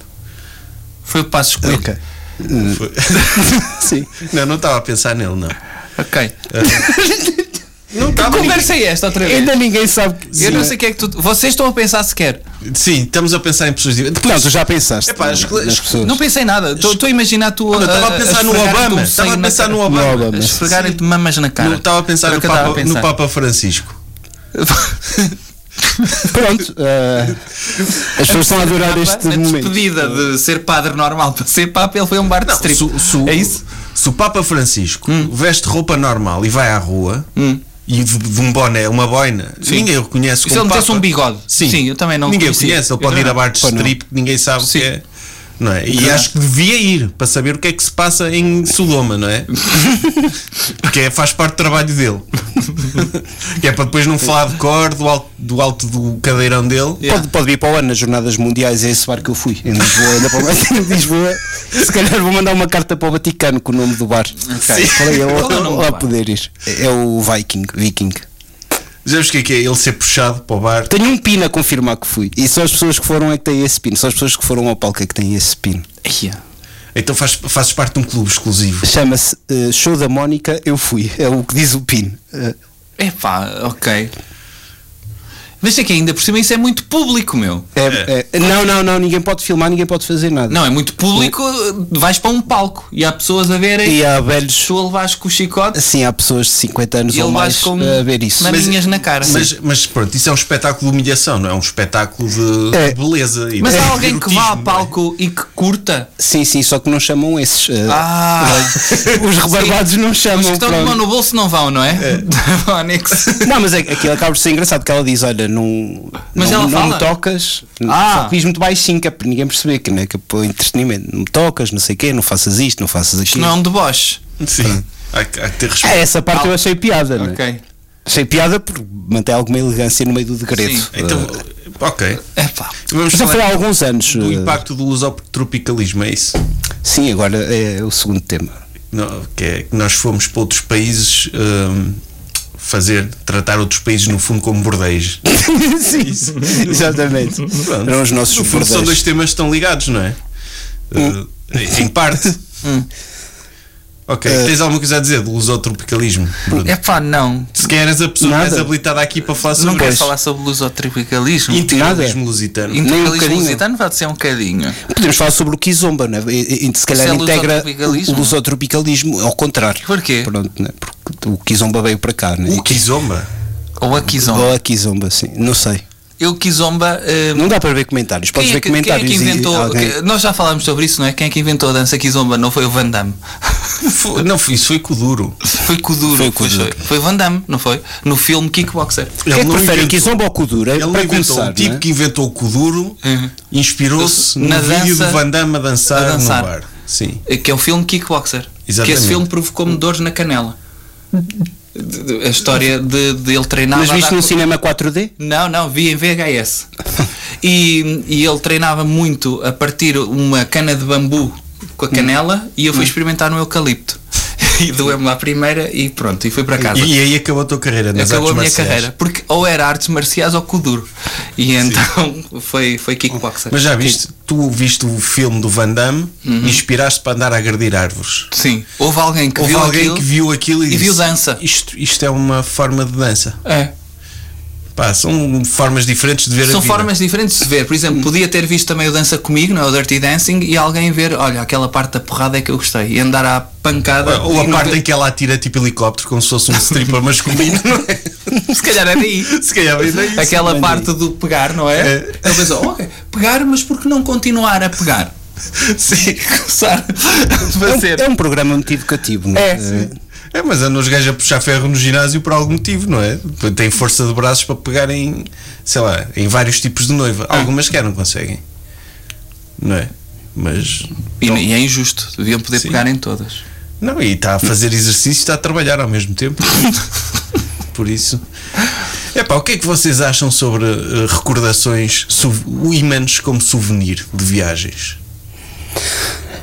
S2: Foi o passo escolhido.
S5: Ok.
S3: Foi-
S5: Sim.
S3: Não, não estava a pensar nele, não.
S2: Ok.
S3: Não estava.
S2: Que conversa é esta outra vez?
S5: Ainda assim, ninguém sabe.
S2: Eu não sei o que é que tu. Vocês estão a pensar sequer.
S3: Sim, estamos a pensar em pessoas diferentes.
S5: Não, tu já pensaste.
S3: Epá, as-
S5: nas
S3: as-
S5: pessoas.
S2: Não pensei nada. Estou estou a um imaginar tu.
S3: Não, estava a pensar no Obama.
S5: um
S3: Estava a pensar no Obama.
S5: No Obama.
S2: A esfregarem-te mamas na cara.
S3: Não, estava a pensar,
S2: Era
S3: no
S2: o que eu estava
S3: Papa,
S2: a
S3: no
S2: pensar.
S3: Papa Francisco.
S5: Pronto. eh, as pessoas estão a adorar este
S2: Na
S5: momento.
S2: despedida de ser padre normal para ser papa, ele foi a um bar de strip.
S3: Se, o- se o-
S2: é isso? Hum.
S3: Se o Papa Francisco veste roupa normal e vai à rua e de, de um boné, uma boina, ninguém o reconhece
S2: Se
S3: como
S2: ele metesse
S3: Papa.
S2: um bigode.
S3: Sim.
S2: Sim, eu também não
S3: Ninguém o
S2: conhecia.
S3: conhece,
S2: Eu
S3: ele pode
S2: também
S3: ir a
S2: não.
S3: bares de strip, ninguém sabe
S2: Sim.
S3: o que é. Não é? E
S2: Verdade.
S3: acho que devia ir para saber o que é que se passa em Sodoma, não é? Porque é- faz parte do trabalho dele. que é para depois não falar de cor do alto do, alto do cadeirão dele.
S5: Pode, pode vir para o ano nas jornadas mundiais, é esse bar que eu fui. Em Lisboa, ainda para o em Lisboa. Se calhar vou mandar uma carta para o Vaticano com o nome do bar.
S2: Ok.
S5: Para ele
S2: Qual é o nome do
S5: lá
S2: bar?
S5: poder ir. É o Viking. Viking.
S3: Já sabes o que é que é? Ele ser puxado para o bar.
S5: Tenho um pin a confirmar que fui. E só as pessoas que foram é que têm esse pin. Só as pessoas que foram ao palco é que têm esse pin.
S2: Ia.
S3: Então faz- fazes parte de um clube exclusivo.
S5: Chama-se eh, Show da Mónica, eu fui. É o que diz o pin. Eh,
S2: É pá, ok. Veja que ainda por cima isso é muito público, meu.
S5: é- é- não, não, não. Ninguém pode filmar, ninguém pode fazer nada.
S2: Não, é muito público, vais para um palco e há pessoas a verem.
S5: E há velhos.
S2: Tu a levas com o chicote
S5: Assim, há pessoas de 50 anos
S2: e
S5: ou
S2: ele vais
S5: mais eh,
S2: com
S5: a ver isso.
S3: Mas-
S2: maminhas na cara.
S3: Mas, mas pronto, isso é um espetáculo de humilhação, não é? É um espetáculo de
S5: É.
S3: de beleza. e
S2: Mas
S3: de
S2: há alguém que vá
S3: erotismo,
S2: a
S3: não é?
S2: palco e que curta?
S5: Sim, sim, só que não chamam esses. eh,
S2: Ah!
S5: Os rebarbados
S2: Sim.
S5: não chamam.
S2: Os que estão com a mão no
S5: pronto.
S2: bolso não vão, não é? Vão à Nix.
S5: Não, mas é, aquilo acaba por ser engraçado que ela diz: Olha, não,
S2: Mas ela
S5: não, não
S2: fala?
S5: me tocas.
S2: Ah.
S5: Só que diz muito baixinho, que é para ninguém perceber que, né, que é para o entretenimento. Não me tocas, não sei o quê, não faças isto, não faças aquilo.
S2: Não é um deboche.
S3: Sim, há, que- há que ter
S5: É,
S3: respeito.
S5: essa parte eu achei piada, né?
S2: Ok.
S5: Achei piada por manter alguma elegância no meio do degredo.
S2: Sim.
S3: Então, ok.
S2: É pá.
S3: Vamos
S5: Mas já foi há
S3: falar
S5: alguns anos.
S3: do
S5: eh,
S3: impacto do lusotropicalismo, é isso?
S5: Sim, agora é o segundo tema.
S3: Não, que é que nós fomos para outros países hum, fazer, tratar outros países no fundo como bordéis.
S5: sim, exatamente.
S3: Pronto.
S5: Eram os nossos
S3: No fundo são
S5: bordéis.
S3: dois temas que estão ligados, não é?
S2: Um.
S3: Uh, em parte. Ok,
S2: Eh.
S3: tens alguma coisa a dizer do lusotropicalismo? Bruno?
S2: É pá, não.
S3: Se calhar és a pessoa
S5: Nada.
S3: mais habilitada aqui para falar
S2: Não
S3: sobre
S2: quero
S3: isso.
S2: falar sobre lusotribicalismo.
S3: Integralismo
S5: Nada.
S3: lusitano.
S5: um
S2: Integralismo
S5: bocadinho.
S2: lusitano vai ser um bocadinho.
S5: Podemos falar sobre o Kizomba, né? E- e- e se calhar
S2: Isso é
S5: integra
S2: lusotropicalismo.
S5: o lusotropicalismo, ao contrário.
S2: Porquê?
S5: Pronto, né? Porque o Kizomba veio para cá, né?
S3: O Kizomba.
S2: Ou a Kizomba.
S5: Ou a Kizomba, sim. Não sei.
S2: Eu Kizomba. eh,
S5: Não dá para ver comentários. Podes
S2: quem é
S5: ver
S2: que, quem é que
S5: comentários. e
S2: inventou?
S5: alguém-
S2: que- nós já falámos sobre isso, não é? Quem é que inventou a dança Kizomba? Não foi o Van Damme.
S3: Foi- Não, foi- isso foi com o duro.
S2: Foi Kuduro.
S5: Foi
S2: pois
S5: Kuduro.
S2: Foi Van Damme, não foi? No filme Kickboxer.
S5: Quem é que
S3: não
S5: prefere
S3: inventou.
S5: Kizomba ou Kudura?
S3: Ele
S5: Para
S3: inventou.
S5: começar,
S3: o tipo
S5: né?
S3: que inventou o Kuduro
S2: Uhum.
S3: inspirou-se no
S2: é? Na
S3: vídeo
S2: dança-
S3: do Van Damme a dançar,
S2: a dançar.
S3: no bar. Sim.
S2: Que é o filme Kickboxer. Que
S3: Exatamente.
S2: esse filme provocou-me dores na canela. De- de- A história de, de ele treinar.
S5: Mas
S2: a
S5: viste
S2: dar
S5: no
S2: co-
S5: cinema 4D?
S2: Não, não, vi em VHS. E, e ele treinava muito a partir uma cana de bambu
S3: Hum.
S2: com a canela e eu fui experimentar no eucalipto. E doeu-me à primeira e pronto, e fui para casa.
S3: E, e aí acabou a tua carreira nas
S2: Ah, Acabou a minha
S3: artes marciais.
S2: carreira. Porque ou era artes marciais ou kuduro. E então foi, foi kickboxer.
S3: Mas já viste, tu viste o filme do Van Damme e inspiraste para andar a agredir árvores.
S2: Sim. Houve alguém Uhum. que
S3: Houve
S2: viu
S3: alguém
S2: aquilo.
S3: que viu aquilo e,
S2: e
S3: disse,
S2: viu dança.
S3: Isto, isto é uma forma de dança.
S2: É.
S3: Pá, são formas diferentes de ver a
S2: São
S3: vida. Hum.
S2: formas diferentes de ver. Por exemplo, podia ter visto também o Dança Comigo, não é? o Dirty Dancing, e alguém ver, olha, aquela parte da porrada é que eu gostei. E andar à pancada.
S3: Ou
S2: e
S3: a
S2: não
S3: parte
S2: ver-
S3: em que ela atira tipo helicóptero como se fosse um stripper masculino. é?
S2: Se calhar era aí.
S3: se calhar ainda é isso.
S2: Aquela
S5: mano,
S2: parte do pegar, não é?
S3: É.
S2: Ele pensou, ok, pegar, mas por que não continuar a pegar? Sim, começar a
S5: É
S2: fazer.
S5: um, é um programa muito educativo, não é? Eh,
S3: É, mas andam os gajos a puxar ferro no ginásio por algum motivo, não é? Têm força de braços para pegarem, sei lá, em vários tipos de noiva.
S2: Ah.
S3: Algumas que não conseguem. Não é? Mas.
S2: E, e é injusto, deviam poder
S3: Sim.
S2: pegar em todas.
S3: Não, e está a fazer exercício e está a trabalhar ao mesmo tempo. Por isso. Epá, o que é que vocês acham sobre eh, recordações, suv- ímãs como souvenir de viagens?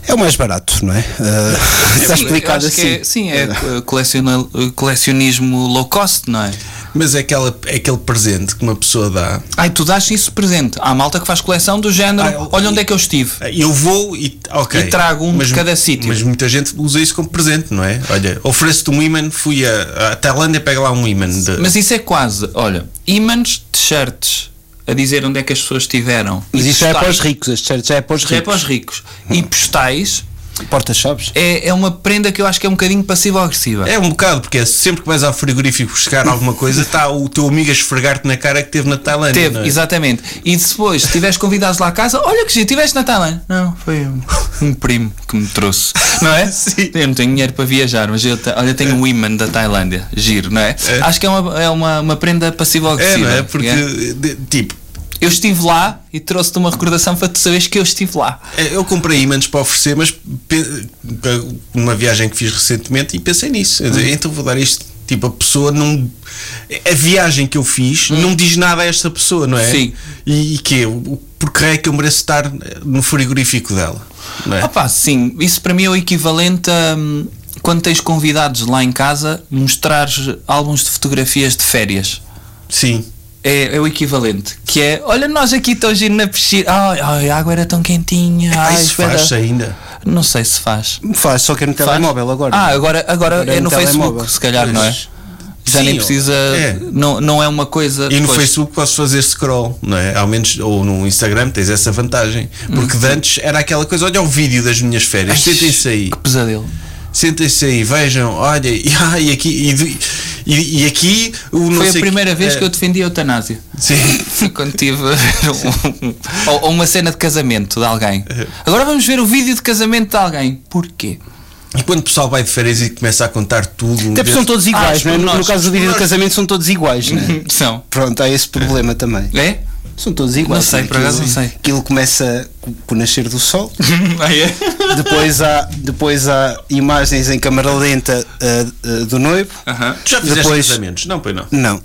S5: É o mais barato, não é? Eh, está
S2: Sim,
S5: explicado
S2: eu acho que
S5: assim.
S2: é- sim, é eh, coleciona- eh, colecionismo low cost, não é?
S3: Mas é, aquela, é aquele presente que uma pessoa dá.
S2: Ai, tu dás isso presente. Há malta que faz coleção do género,
S3: Ah, eu-
S2: olha onde é que eu estive.
S3: Eu vou e, ok.
S2: E trago um de cada sítio.
S3: Mas muita gente usa isso como presente, não é? Olha, ofereço-te um imã, fui à à Tailândia, pega lá um imã. de-
S2: Mas isso é quase, olha, ímãs, t-shirts, a dizer onde é que as pessoas estiveram.
S5: Mas
S2: E
S5: isto já é para
S2: postais.
S5: os ricos, este certo já é para os
S2: Já é para
S5: ricos.
S2: os ricos. E postais
S5: Porta-chaves.
S2: é, é uma prenda que eu acho que é um bocadinho passivo-agressiva.
S3: É um bocado, porque é sempre que vais ao frigorífico buscar alguma coisa, está o teu amigo a esfregar-te na cara que teve na Tailândia.
S2: Teve,
S3: não é?
S2: exatamente. E depois, se tiveres convidados lá a casa, olha que giro, tiveste na Tailândia. Não, foi um, um primo que me trouxe, não é?
S3: Sim.
S2: Eu não tenho dinheiro para viajar, mas eu, te- olha, tenho um imã da Tailândia, giro, não é?
S3: É.
S2: Acho que é uma, é uma, uma prenda
S3: É,
S2: passivo-agressiva.
S3: não é? Porque, de- tipo,
S2: Eu estive lá e trouxe-te uma recordação para tu saberes que eu estive lá.
S3: é, eu comprei imãs para oferecer, mas pe- numa viagem que fiz recentemente e pensei nisso. Eu dizer, Então vou dar isto. Tipo, a pessoa não. A viagem que eu fiz não diz nada a esta pessoa, não é?
S2: Sim.
S3: E, e que eu. Porque é que eu mereço estar no frigorífico dela? Não é?
S2: Opa, sim, isso para mim é o equivalente a hum, quando tens convidados lá em casa mostrares álbuns de fotografias de férias.
S3: Sim.
S2: É, é o equivalente. Que é, olha, nós aqui estamos indo na piscina. Ai, ai, a água era tão quentinha.
S3: Ah,
S2: Ai,
S3: isso
S2: espera.
S3: faz ainda.
S2: Não sei se faz.
S5: Faz, só que é no telemóvel agora.
S2: Ah, agora, agora,
S5: Agora
S2: é
S5: é
S2: no
S5: no
S2: Facebook,
S5: telemóvel.
S2: se calhar, não é?
S3: Pois.
S2: Já
S3: Sim,
S2: nem precisa.
S3: é.
S2: Não, não é uma coisa.
S3: E no
S2: pois,
S3: Facebook posso fazer scroll, não é? Ao menos, ou no Instagram tens essa vantagem. Porque de antes era aquela coisa: olha o vídeo das minhas férias,
S2: Ai,
S3: sentem-se aí.
S2: Que pesadelo.
S3: Sentem-se aí, vejam, olha, e, ah, e aqui, e, do- e- e aqui o não
S2: Foi a
S3: sei
S2: primeira vez
S3: é,
S2: que eu defendi a eutanásia.
S3: Sim,
S2: Foi quando tive a ver um- um- ou, ou uma cena de casamento de alguém.
S3: É.
S2: Agora vamos ver o vídeo de casamento de alguém. Porquê?
S3: e quando o pessoal vai de férias e começa a contar tudo.
S5: Até porque são todos iguais,
S2: Ah,
S5: não é? No,
S2: nós-
S5: no caso do vídeo do
S3: nós-
S5: casamento são todos iguais, não é?
S2: São.
S5: Pronto, há esse problema também.
S2: É?
S5: São todos iguais.
S2: Não sei,
S5: é?
S2: por acaso não
S5: Aquilo-
S2: sei.
S5: Aquilo começa co- com o nascer do sol,
S2: Ah, é?
S5: depois há, depois há imagens em câmara lenta ah, ah, do noivo.
S2: Aham.
S3: Tu já fizeste
S5: Depois-
S3: casamentos? Não, pois não.
S5: Não,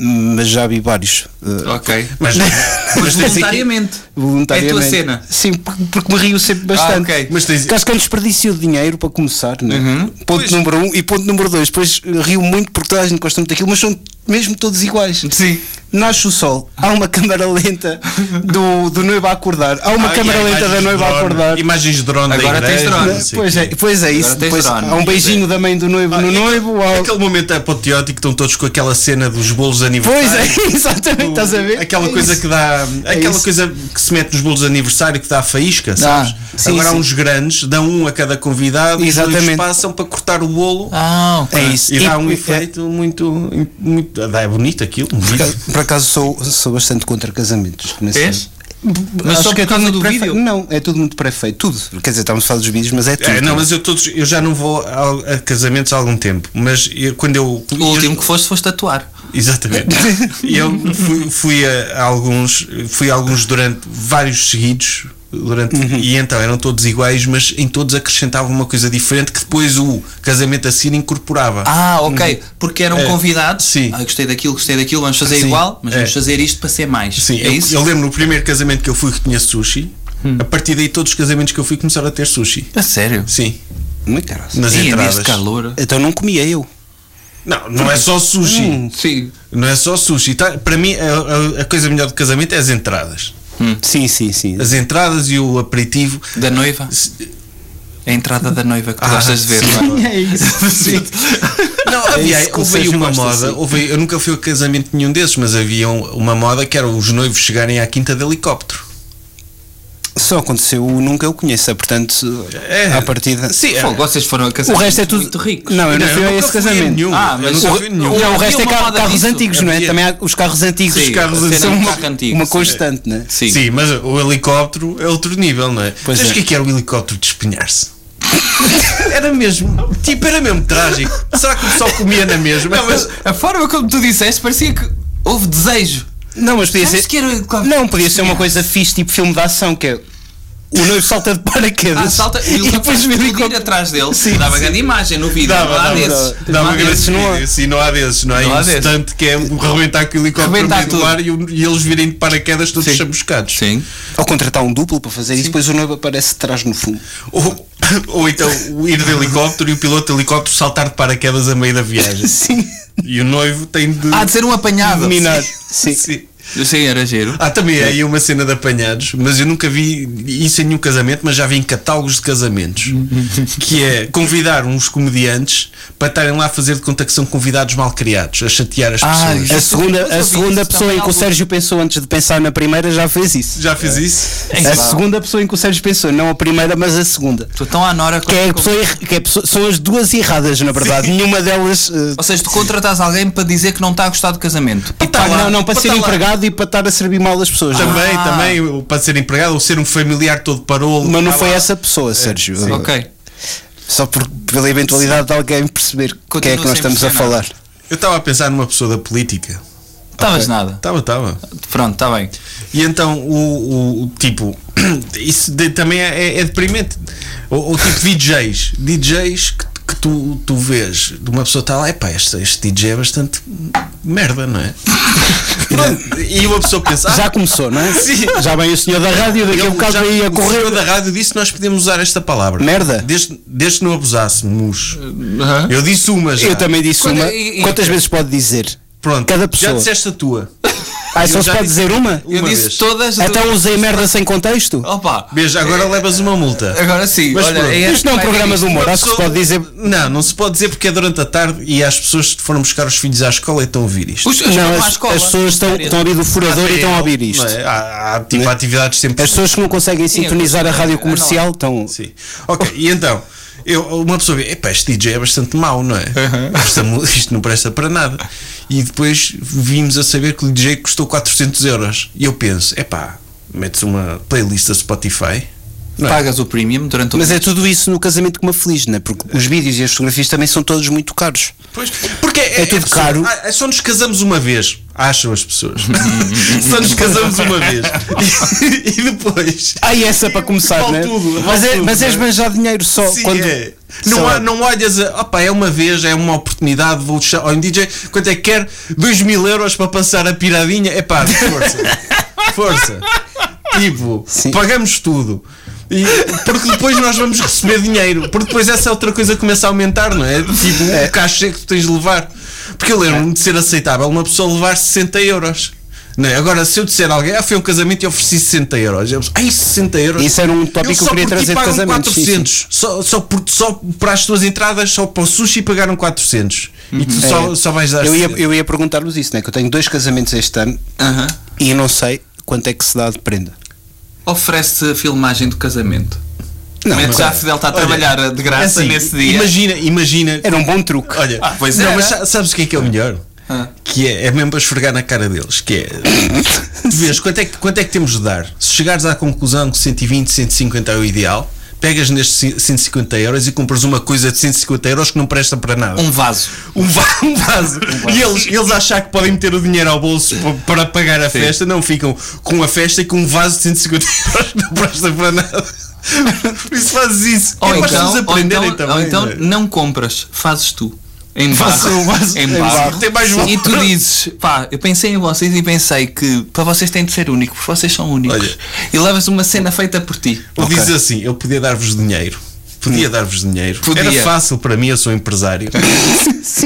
S5: mas já vi vários. ah,
S2: Ok.
S3: Mas,
S2: Mas
S3: mas, tens,
S2: voluntariamente.
S5: Voluntariamente.
S2: É É a tua cena. Ah,
S5: Sim, porque, porque me rio sempre bastante.
S2: ok. Uhum.
S3: Mas tens-
S5: Porque acho que é eu desperdicio dinheiro para começar, né? Ponto
S3: Pois.
S5: número um e ponto número dois. Depois rio muito porque toda a gente gosta muito daquilo, mas são mesmo todos iguais.
S2: Sim.
S5: Nasce o sol, há uma câmara lenta do, do noivo a acordar, há uma
S3: Ah, e
S5: câmara
S3: há
S5: lenta
S3: imagens
S5: da
S3: de
S5: noiva a
S3: drone,
S5: acordar.
S3: Imagens de drone da
S2: Agora tens
S3: igreja,
S2: drone.
S3: não sei
S5: Pois
S3: o
S5: é,
S3: quê.
S5: pois é isso.
S2: tens
S5: Depois
S2: drone.
S5: há um beijinho da mãe do noivo
S3: Ah,
S5: no
S3: e-
S5: noivo. há-
S3: Aquele momento apoteótico que estão todos com aquela cena dos bolos de aniversário.
S5: Pois é, exatamente, estás a ver?
S3: Ah, Aquela
S5: É
S3: coisa
S5: isso.
S3: que dá. aquela
S5: isso.
S3: coisa que se mete nos bolos de aniversário que dá a faísca, sabes?
S5: sim,
S3: Agora há
S5: sim.
S3: uns grandes, dão um a cada convidado e os
S5: Exatamente.
S3: noivos passam para cortar o bolo.
S2: Ah, ok.
S5: É isso.
S3: E dá um
S5: é-
S3: efeito muito, muito. dá- É bonito aquilo. bonito.
S5: Por acaso sou, sou bastante contra casamentos. nesse-
S2: És? Mas
S5: Acho
S2: só
S5: que é
S2: por causa
S5: tudo
S2: do
S5: muito prefe-
S2: vídeo?
S5: Não, é tudo muito pré-feito. Tudo. Quer dizer, estamos a falar dos vídeos, mas é tudo.
S3: É, não, mas eu, todos, eu já não vou ao- a casamentos há algum tempo, mas eu- quando eu.
S2: O último que foste, foste tatuar.
S3: Exatamente. E eu fui, fui a, a alguns, fui a alguns durante vários seguidos. Durante,
S2: Uhum.
S3: E então eram todos iguais, mas em todos acrescentava uma coisa diferente que depois o casamento a Cira incorporava.
S2: Ah, ok. Porque eram
S3: É.
S2: convidados.
S3: Sim.
S2: Ah, gostei daquilo, gostei daquilo, vamos fazer
S3: Sim.
S2: igual, mas
S3: É.
S2: vamos fazer isto para ser mais.
S3: Sim,
S2: é
S3: eu,
S2: isso? Hum.
S3: eu lembro no primeiro casamento que eu fui que tinha sushi. A partir daí todos os casamentos que eu fui começaram a ter sushi.
S2: A sério?
S3: Sim,
S5: Muito graça.
S3: nas
S2: Sim,
S3: entradas.
S2: neste calor.
S5: Então não comia eu.
S3: Não, não é só sushi.
S2: Sim.
S3: Não é só sushi. Tá- para mim, a, a- a coisa melhor do casamento é as entradas.
S5: Sim, sim, sim.
S3: As entradas e o aperitivo.
S2: Da noiva? A entrada da noiva que tu gostas de ver, não é?
S5: É isso. Sim.
S3: Não,
S5: É
S3: havia,
S5: isso que o
S3: houve aí
S5: Sérgio
S3: uma
S5: gosta,
S3: moda.
S5: sim.
S3: Houve, eu nunca fui a casamento nenhum desses, mas havia um- uma moda que era os noivos chegarem à quinta de helicóptero.
S5: Só aconteceu o nunca eu conheço, portanto,
S3: É.
S5: à partida.
S3: Sim, é.
S2: Pô, vocês foram a casar
S5: O resto é tudo.
S2: muito ricos.
S5: Não, eu não,
S3: Não,
S5: fui
S3: eu
S5: a
S3: nunca
S5: esse
S3: fui a
S5: casamento.
S3: nenhum.
S2: Ah, mas
S3: Eu nunca
S2: o-
S3: vi nenhum.
S2: o-
S5: Não, o
S2: havia
S5: resto é
S2: uma
S5: carro-
S2: moda
S5: carros
S2: disso.
S5: antigos, não é?
S3: Havia.
S5: Também há os carros antigos.
S2: Sim,
S5: os carros
S2: a cena
S5: antigos são
S2: do
S5: uma,
S2: carro antigo,
S5: uma
S2: sim.
S5: constante, né?
S2: Sim.
S3: Sim, mas o helicóptero é outro nível, não é?
S5: Pois
S3: Sabes
S5: é.
S3: o que é que era o helicóptero de espinhar-se? era mesmo, tipo, era mesmo trágico. Será que o pessoal comia na mesma?
S2: Não, mas a forma como tu disseste parecia que houve desejo.
S5: Não, mas podia
S2: Sabes
S5: ser.
S2: que era o helicóptero?
S5: é- Não, podia ser uma coisa fixe, tipo filme de ação, que é. O noivo salta de paraquedas.
S2: Ah, salta e o rapaz
S5: vê
S2: explodir atrás dele. Dava grande imagem no vídeo.
S3: Dava,
S2: não há
S3: dava,
S2: desses.
S3: dava.
S2: Não
S3: Dava
S2: há
S3: grandes
S2: desses.
S5: não há.
S3: vídeos. E não há desses, não é?
S2: Não há
S3: Não
S2: desses.
S3: Tanto que é um rebentar com o helicóptero
S2: Rebentar
S3: mesmo no
S2: tudo.
S3: ar e, o- e eles virem de paraquedas todos
S2: Sim.
S3: chamuscados.
S2: Sim.
S5: Ou contratar um duplo para fazer isso, depois o noivo aparece de trás no fundo.
S3: Ou, ou então o ir de helicóptero e o piloto de helicóptero saltar de paraquedas a meio da viagem.
S5: Sim.
S3: E o noivo tem de
S2: Há de ser um apanhado.
S5: Dominar.
S3: Sim.
S5: Sim.
S2: Sim, era giro.
S3: Há também aí uma cena de apanhados, mas eu nunca vi isso em nenhum casamento, mas já vi em catálogos de casamentos, que é convidar uns comediantes para estarem lá a fazer de conta que são convidados mal criados, a chatear as
S2: Ah,
S3: pessoas.
S5: A
S2: Mas eu
S5: segunda,
S2: ouvi
S5: a
S2: isso
S5: segunda
S2: também
S5: pessoa em que o
S2: algum-
S5: Sérgio pensou antes de pensar na primeira já fez isso.
S3: Já fiz isso?
S2: É
S5: A segunda pessoa em que o Sérgio pensou, não a primeira, mas a segunda.
S2: Tu tão à Nora
S5: Que, é a pessoa erra- que é a pessoa- são as duas erradas, na verdade. Nenhuma delas. eh,
S2: Ou seja, tu contratas alguém para dizer que não está a gostar do casamento. E
S5: pá,
S2: tá lá.
S5: não, não, para, ser
S2: tá lá.
S5: empregado e para estar a servir mal as pessoas. não. é?
S3: Também, também, ou para ser empregado, ou ser um familiar todo parolo.
S5: Ah. Mas não
S3: tá
S5: foi
S3: lá.
S5: essa pessoa, Sérgio.
S2: Ok.
S5: Só por, pela eventualidade de alguém perceber quem é que
S2: Continua
S5: nós
S2: sem
S5: estamos a
S2: perceber
S5: falar.
S3: Eu estava a pensar numa pessoa da política.
S2: Estavas nada.
S3: Estava, estava.
S2: Pronto, está bem.
S3: E então o, o- o tipo, isso de- também é, é deprimente. Ou, ou tipo DJs, DJs que, que tu, tu vês de uma pessoa está lá, epá, este, este DJ é bastante merda, não é? Pronto, e uma pessoa pensa, "Ah,
S5: Já começou, não é?
S3: Sim.
S5: Já vem o senhor da rádio, daqui a
S3: ele
S5: bocado
S3: já-
S5: aí a
S3: o senhor
S5: correr.
S3: da rádio disse que nós podemos usar esta palavra.
S5: Merda.
S3: Desde, desde que não abusássemos. Eu disse uma já.
S5: Eu também disse
S2: Quando-
S5: uma.
S2: e- e-
S5: Quantas vezes pode dizer?
S3: Pronto,
S5: Cada
S3: já
S5: pessoa.
S3: disseste a tua.
S5: Ah, só
S3: eu
S5: se
S3: já
S5: pode
S3: disse-
S5: dizer uma?
S2: Eu
S3: Uma
S2: disse
S3: vez.
S2: todas.
S5: Até um usei merda sem contexto?
S2: Opa.
S3: Veja, agora levas uma multa.
S2: Agora sim.
S3: Mas
S2: olha,
S3: pronto.
S2: é
S5: Isto não é um
S2: vai
S5: programa
S2: ver
S5: de
S2: isto.
S5: humor, acho que se pode dizer.
S3: Não, não se pode dizer porque é durante a tarde e as pessoas que foram buscar os filhos à escola e estão a ouvir isto.
S2: Os- os
S5: Não,
S2: vão à
S5: as,
S2: escola.
S5: as pessoas estão, estão a ouvir do furador e estão a ouvir isto.
S3: Não é? Há, há, tipo,
S5: Não é?
S3: atividades sempre.
S5: As pessoas que não conseguem
S2: Sim,
S5: sintonizar a
S2: eu-
S5: rádio
S2: eu-
S5: comercial estão.
S3: Sim. Ok, e então, eu, uma pessoa vê, epá, este DJ é bastante mau, não é? Esta mu- isto não presta para nada. E depois vimos a saber que o DJ custou 400 euros. E eu penso, epá, metes uma playlist a Spotify. Não é?
S2: Pagas o premium durante o
S5: Mas é
S2: mês.
S5: tudo isso no casamento com uma feliz, né? Porque os vídeos e as fotografias também são todos muito caros.
S3: Pois, porque é,
S5: É tudo
S3: pessoa-
S5: caro.
S3: ah, é só nos casamos uma vez, acham as pessoas. só nos casamos uma vez. E, e depois.
S5: Ah, e essa para começar,
S3: Vale
S5: né?
S3: tudo, vale
S5: mas, é,
S3: tudo,
S5: mas é
S3: né?
S5: esbanjar dinheiro só
S3: Sim,
S5: quando.
S3: é.
S5: sei
S3: Não,
S5: lá.
S3: há- não olhas a. Opa, é uma vez, é uma oportunidade. Vou deixar. Olha, um DJ, quanto é que quer? 2 mil euros para passar a piradinha? É pá, força. força. Tipo,
S5: Sim.
S3: pagamos tudo. E- porque depois nós vamos receber dinheiro. Porque depois essa é outra coisa começa a aumentar, não é? Tipo, o cachê que tu tens de levar. Porque eu lembro-me de ser aceitável uma pessoa levar 60 euros. Não é? Agora, se eu disser a alguém, ah, foi um casamento e ofereci 60 euros. Eles, ai, 60 euros.
S5: Isso era um tópico
S3: Eles
S5: que eu
S3: só
S5: queria
S3: por ti
S5: trazer de
S3: pagam
S5: casamentos, sim, sim.
S3: 400. Só, só, por- só para as tuas entradas, só para o sushi pagaram 400. E tu
S2: Uhum.
S3: só, só vais dar
S5: É. Eu ia,
S3: 60.
S5: eu ia perguntar-vos isso, né? Que eu tenho dois casamentos este ano
S2: Aham.
S5: e eu não sei quanto é que se dá de prenda.
S2: Oferece-te a filmagem do casamento.
S5: Não,
S2: Mete
S5: não.
S2: já a Fidel está a
S3: é. Olha,
S2: trabalhar de graça
S3: é assim,
S2: nesse dia.
S3: Imagina, imagina.
S5: Era um bom truque.
S3: Olha,
S2: Ah, pois
S3: não,
S2: era.
S3: mas sa- sabes o que é que é o melhor?
S2: Ah.
S3: Que é, é mesmo para esfregar na cara deles. Que é. tu Vês, quanto é, que, quanto é que temos de dar? Se chegares à conclusão que 120, 150 é o ideal, pegas nestes ci- 150 euros e compras uma coisa de 150 euros que não presta para nada.
S2: Um vaso.
S3: um, va- um vaso. E eles, eles achar que podem meter o dinheiro ao bolso pa- para pagar a festa, não ficam com a festa e com um vaso de 150 euros que não presta para nada. Por isso fazes isso.
S2: Ou
S3: é para as
S2: então,
S3: pessoas
S2: ou então,
S3: aprenderem também.
S2: ou então
S3: não é?
S2: não compras, fazes tu. Em
S3: Faço um
S2: barro,
S3: eu, faço
S2: em
S3: eu.
S2: barro.
S3: Exato, tem mais valor.
S2: E tu dizes, pá, eu pensei em vocês e pensei que para vocês tem de ser único, porque vocês são únicos.
S3: Olha.
S2: E levas uma cena feita por ti.
S3: Ele diz assim: eu podia dar-vos dinheiro.
S5: Hum.
S3: podia dar-vos dinheiro.
S2: Podia.
S3: Era fácil para mim, eu sou empresário.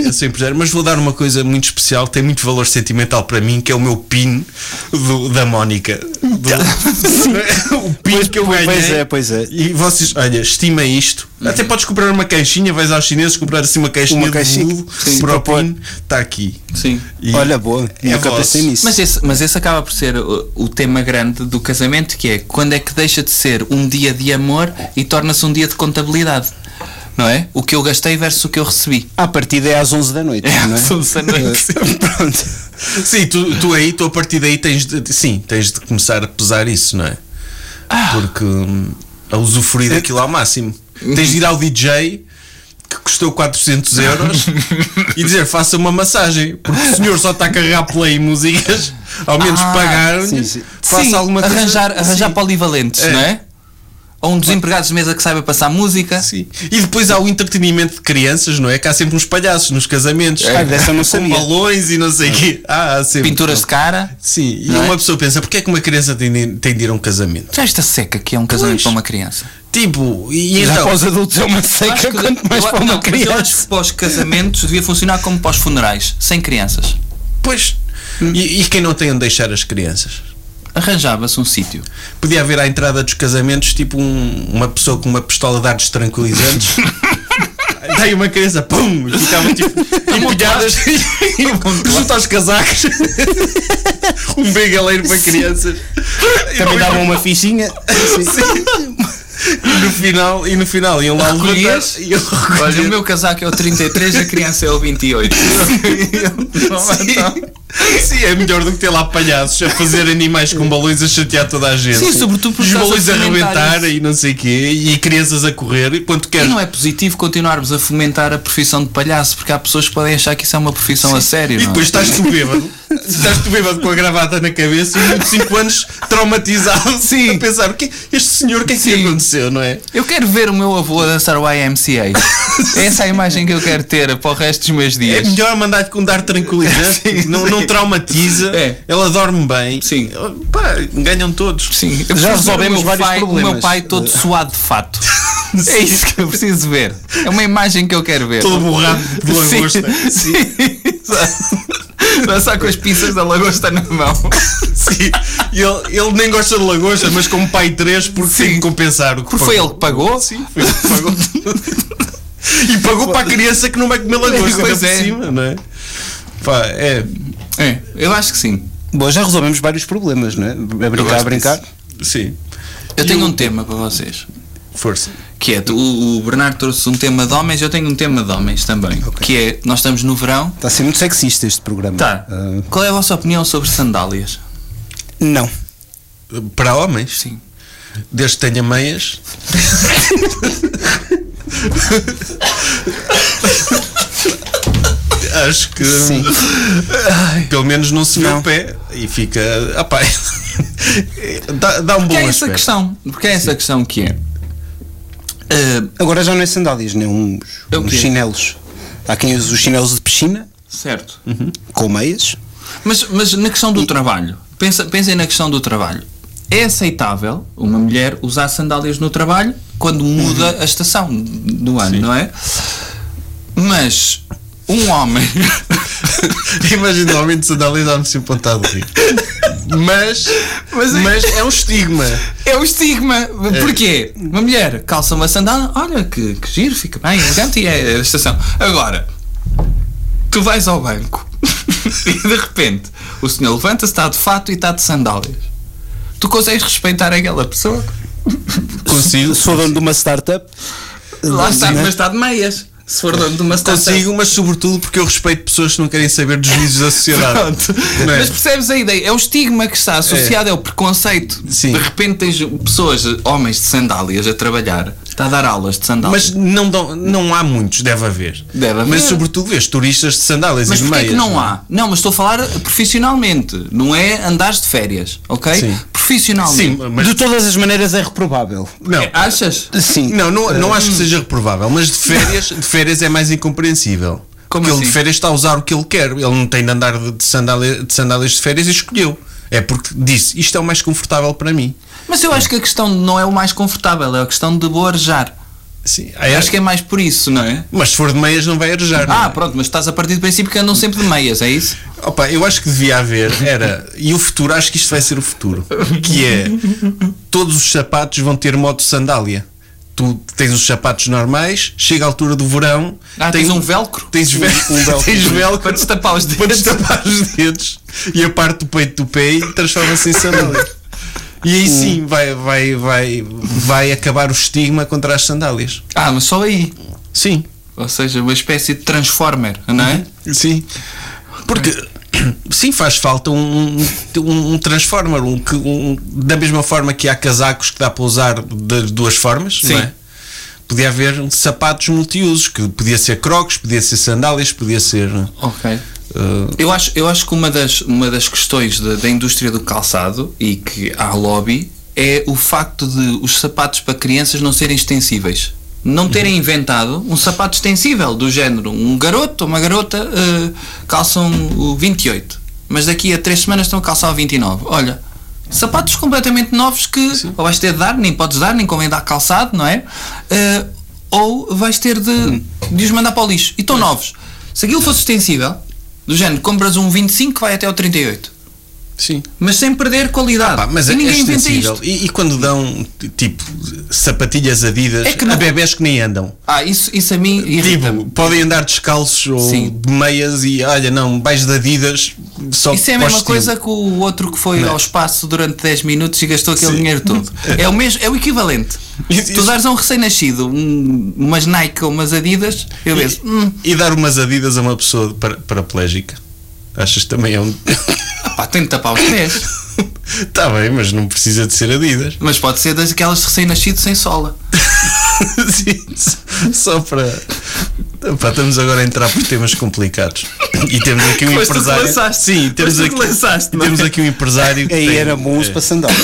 S3: Eu sou empresário, mas vou dar uma coisa muito especial, que tem muito valor sentimental para mim, que é o meu pin do- da Mónica. Do- o pin que eu ganhei.
S5: Tá. pois é, pois é. Uhum.
S3: E vocês, olha, estima isto. Até podes comprar uma caixinha, vais aos chineses comprar assim uma caixinha
S5: Uma caixinha,
S3: de bolo
S5: sim,
S3: para o
S5: para pôr.
S3: pin, está aqui.
S2: Sim.
S3: E
S5: Olha, boa.
S3: é
S5: Nunca
S3: vosso.
S5: pensei nisso.
S2: Mas esse, mas esse acaba por ser o, o tema grande do casamento, que é quando é que deixa de ser um dia de amor e torna-se um dia de contabilidade. Não é? O que eu gastei versus o que eu recebi.
S5: À partida é às 11 da noite, não é? Pronto.
S3: Sim, tu, tu aí, tu a partir daí tens de, sim, tens de começar a pesar isso, não é?
S5: Ah.
S3: Porque hum, a usufruir daquilo ao máximo. Tens de ir ao DJ que custou 400 euros e dizer faça uma massagem, porque o senhor só está a carregar play em músicas, ao menos
S2: Ah,
S5: sim,
S3: pagaram-lhe,
S5: sim.
S3: faça
S2: Sim,
S3: alguma coisa.
S2: arranjar, arranjar
S3: Sim.
S2: polivalentes,
S3: É.
S2: não é? Ou um dos empregados de mesa que saiba passar música.
S3: Sim. E depois há o entretenimento de crianças, não é? Que há sempre uns palhaços nos casamentos.
S5: Ah, dessa eu não
S3: Com
S5: sabia.
S3: balões e não sei o quê. Ah, há sempre.
S2: Pinturas de cara.
S3: Sim, e
S2: Não é?
S3: uma pessoa pensa, porque é que uma criança tem de, tem de ir a um casamento?
S2: Já esta seca que é um casamento
S3: Pois.
S2: para uma criança.
S3: Tipo, e
S5: Já
S3: então...
S5: para os adultos é uma seca,
S2: Acho que-
S5: quanto mais
S2: eu-
S5: para
S2: não,
S5: uma
S2: mas Eu acho
S5: criança.
S2: que para os casamentos devia funcionar como para os funerais, sem crianças.
S3: Pois, e, e quem não tem onde deixar as crianças?
S2: Arranjava-se um sítio.
S3: Podia haver à entrada dos casamentos, tipo, um- uma pessoa com uma pistola de artes tranquilizantes... Daí uma criança, pum! e Ficavam tipo empilhadas junto aos casacos. um bengaleiro para crianças.
S5: Também um- davam uma fichinha.
S3: E no final, e no final iam lá levantar.
S2: Recolhias?
S3: iam recolher.
S2: Olha, o meu casaco é o 33, a criança é o 28.
S3: Sim. Sim, é melhor do que ter lá palhaços a fazer animais com balões a chatear toda a gente.
S2: Sim, sobretudo
S3: Os
S2: porque estás a
S3: balões a
S2: fomentar
S3: arrebentar
S2: isso.
S3: e não sei o quê, e crianças a correr, e quanto
S2: E
S3: queres.
S2: não é positivo continuarmos a fomentar a profissão de palhaço, porque há pessoas que podem achar que isso é uma profissão a sério.
S3: E
S2: não é?
S3: depois estás tu bêbado, estás tu bêbado com a gravata na cabeça e de 5 anos traumatizado Sim. a pensar: "O quê? este senhor, o que é que lhe
S2: Sim.
S3: aconteceu, não é?
S2: Eu quero ver o meu avô a dançar o IMCA. Essa é a imagem que eu quero ter para o resto dos meus
S3: É
S2: dias.
S3: melhor mandar-te com dar tranquilidade, não, não traumatiza,
S2: É.
S3: ela dorme bem,
S2: Sim.
S3: Pá, ganham todos.
S2: Sim, eu preciso
S5: Já resolvemos
S2: ver o meu
S5: vários
S2: pai-
S5: problemas.
S2: O meu pai todo suado de fato. É isso que eu preciso ver. É uma imagem que eu quero ver.
S3: Todo borrado de lagosta.
S2: Sim, sim. exato. Dançar com as pinças da lagosta na mão.
S3: Sim, ele, ele nem gosta de lagosta, mas como pai três porque
S2: Sim.
S3: tem que compensar o que
S2: Porque
S3: pagou.
S2: foi ele que pagou.
S3: Sim, foi ele que pagou. e pagou para a criança que não vai comer lagosta
S2: Pois
S3: ainda
S2: é.
S3: por cima, não é? Pá, é.
S2: É, eu acho que sim.
S5: Bom, já resolvemos vários problemas, não é? A
S3: eu
S5: brincar,
S3: gosto
S5: a brincar.
S3: disso. Sim,
S2: Eu tenho um tema para vocês.
S3: força.
S2: Que é, do- o, o Bernardo trouxe um tema de homens, eu tenho um tema de homens também. Que é, nós estamos no verão.
S5: Está a ser muito sexista este programa.
S2: Tá.
S5: Ah,
S2: Qual é a vossa opinião sobre sandálias?
S5: não.
S3: Para homens,
S2: Sim.
S3: desde que tenha meias. Acho que
S5: Sim.
S3: pelo menos não se vê
S5: Não.
S3: o pé e fica. Ah, pá, dá, dá um bom
S2: Porque é essa
S3: aspecto.
S2: questão. Porque é essa questão que é. ah,
S5: Agora já não é sandálias, nem uns,
S2: É o
S5: uns
S2: quê?
S5: chinelos. Há quem use os chinelos de piscina,
S2: certo.
S5: com meias.
S2: Mas, mas na questão do trabalho, pensa, pensem na questão do trabalho. É aceitável uma mulher usar sandálias no trabalho quando muda a estação do ano, não é? Mas um homem.
S3: Imagina o homem de sandálias dá-me sempre vontade de rir. Mas, mas,
S2: Mas é-
S3: é um estigma.
S2: É o estigma.
S3: É.
S2: Porquê? Uma mulher calça uma sandália, olha que, que giro, fica bem, elegante e é a estação. Agora, tu vais ao banco e de repente o senhor levanta-se, está de fato e está de sandálias. Tu consegues respeitar aquela pessoa?
S3: Consigo,
S5: Sou dono de uma startup.
S2: Lá está,
S3: né?
S5: Não é?
S2: mas está de meias. Se for dono de uma startup.
S3: consigo, mas sobretudo porque eu respeito pessoas que não querem saber dos juízos da sociedade.
S2: Pronto.
S3: Não é?
S2: Mas percebes a ideia? É o estigma que está associado, é, o preconceito.
S3: Sim.
S2: De repente tens pessoas, homens de sandálias, a trabalhar, está a dar aulas de sandálias.
S3: Mas não, dão- não há muitos, deve haver.
S2: Deve haver.
S3: Mas sobretudo vês turistas de sandálias
S2: Mas
S3: e de
S2: porquê
S3: meias. é?
S2: que não há? Não, mas estou a falar profissionalmente, não é andares de férias, ok?
S3: Sim. Sim,
S2: Profissionalmente.
S3: mas
S5: De todas as maneiras é reprovável.
S3: não.
S2: É, Achas?
S5: Sim.
S3: Não, não, não
S2: Hum.
S3: acho que seja reprovável, mas de férias, de férias é mais incompreensível.
S2: Como
S3: Porque ele
S2: assim?
S3: de férias está a usar o que ele quer. Ele não tem de andar de de sandália- de sandálias de férias e escolheu. É porque disse, isto é o mais confortável para mim.
S2: Mas eu acho que a questão não é o mais confortável, é a questão de boarejar.
S3: Sim,
S2: Acho que é mais por isso, não é?
S3: Mas se for de meias não vai arejar. não é?
S2: Ah, pronto, mas estás a partir do princípio que andam sempre de meias, é isso?
S3: Opa, eu acho que devia haver, era, e o futuro, acho que isto vai ser o futuro, que é todos os sapatos vão ter modo sandália. Tu tens os sapatos normais, chega a altura do verão,
S2: Ah,
S3: tem-
S2: tens um velcro?
S3: tens, ve
S5: um velcro.
S3: tens velcro
S2: Quando se tapar os
S3: para
S2: dedos.
S3: destapar os dedos e a parte do peito do pé e transforma-se em sandália. E aí sim vai, vai, vai, vai acabar o estigma contra as sandálias.
S2: Ah, mas só aí.
S3: Sim,
S2: Ou seja, uma espécie de transformer, não
S3: Uhum.
S2: é?
S3: Sim. Porque sim faz falta um, um, um transformer, um, que- um- da mesma forma que há casacos que dá para usar das duas formas,
S2: Sim.
S3: não é? Podia haver sapatos multiusos, que podia ser crocs, podia ser sandálias, podia ser.
S2: Ok.
S3: uh,
S2: Eh, Eu acho, eu acho que uma das, uma das questões da, da indústria do calçado e que há lobby é o facto de os sapatos para crianças não serem extensíveis. Não terem inventado um sapato extensível, do género um garoto ou uma garota eh, calçam o 28, mas daqui a 3 semanas estão a calçar o 29. Olha, sapatos completamente novos que ou vais ter de dar, nem podes dar, nem convém dar calçado, não é? Eh, ou vais ter
S3: Uhum.
S2: de, de os mandar para o lixo. E estão novos. Se aquilo fosse extensível, do género, compras um 25 que vai até o 38.
S3: sim.
S2: Mas sem perder qualidade.
S3: Pá, mas
S2: e
S3: é,
S2: ninguém
S3: é
S2: inventa
S3: extensível.
S2: isto.
S3: E, e quando dão tipo sapatilhas adidas
S2: É que não-
S3: a bebés que nem andam.
S2: Ah, isso, isso a mim irrita
S3: Tipo, podem andar descalços ou
S2: Sim.
S3: de meias e olha, não, vais de adidas só
S2: Isso é a
S3: para o
S2: mesma
S3: estilo.
S2: coisa que o outro que foi ao espaço durante 10 minutos e gastou aquele
S3: Sim.
S2: dinheiro todo. É o mesmo, é o equivalente.
S3: Isso-
S2: tu dares a um recém-nascido um- umas Nike ou umas Adidas, eu penso, hum,
S3: E dar umas adidas a uma pessoa para- paraplégica? Achas que também é um.
S2: pá, tenho de tapar os pés.
S3: Está bem, mas não precisa de ser adidas.
S2: Mas pode ser das aquelas de recém-nascido sem sola.
S3: Sim, só- só para. Epá, estamos agora a entrar por temas complicados. E temos aqui um
S2: Foste tu que
S3: empresário.
S2: lançaste.
S3: Sim, temos
S2: Foste tu
S3: aqui,
S2: que lançaste, não é?
S3: temos aqui um empresário que
S5: Aí
S3: tem-
S5: era bom uso
S3: É.
S5: para sandálias.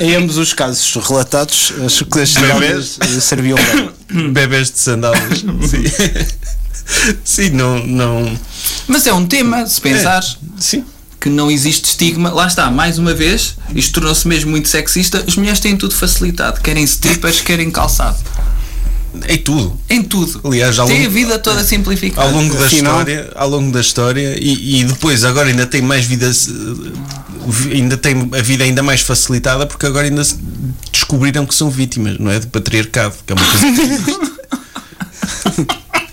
S5: em ambos os casos relatados, acho que as sandálias eh, serviam bem.
S3: bebés de sandálias. Sim. Sim, não. não...
S2: Mas é um tema, se pensares.
S3: É, Sim.
S2: que não existe estigma. Lá está, mais uma vez, isto tornou-se mesmo muito sexista. As mulheres têm tudo facilitado, querem strippers, querem calçado.
S3: É tudo.
S2: Em tudo.
S3: Aliás, ao
S2: Tem a
S3: longo-
S2: vida toda simplificada.
S3: ao longo da
S5: Afinal-
S3: história, ao longo da história e, e depois agora ainda tem mais vida, eh, vi- ainda tem a vida ainda mais facilitada porque agora ainda se- descobriram que são vítimas, não é, de patriarcado, que é uma coisa.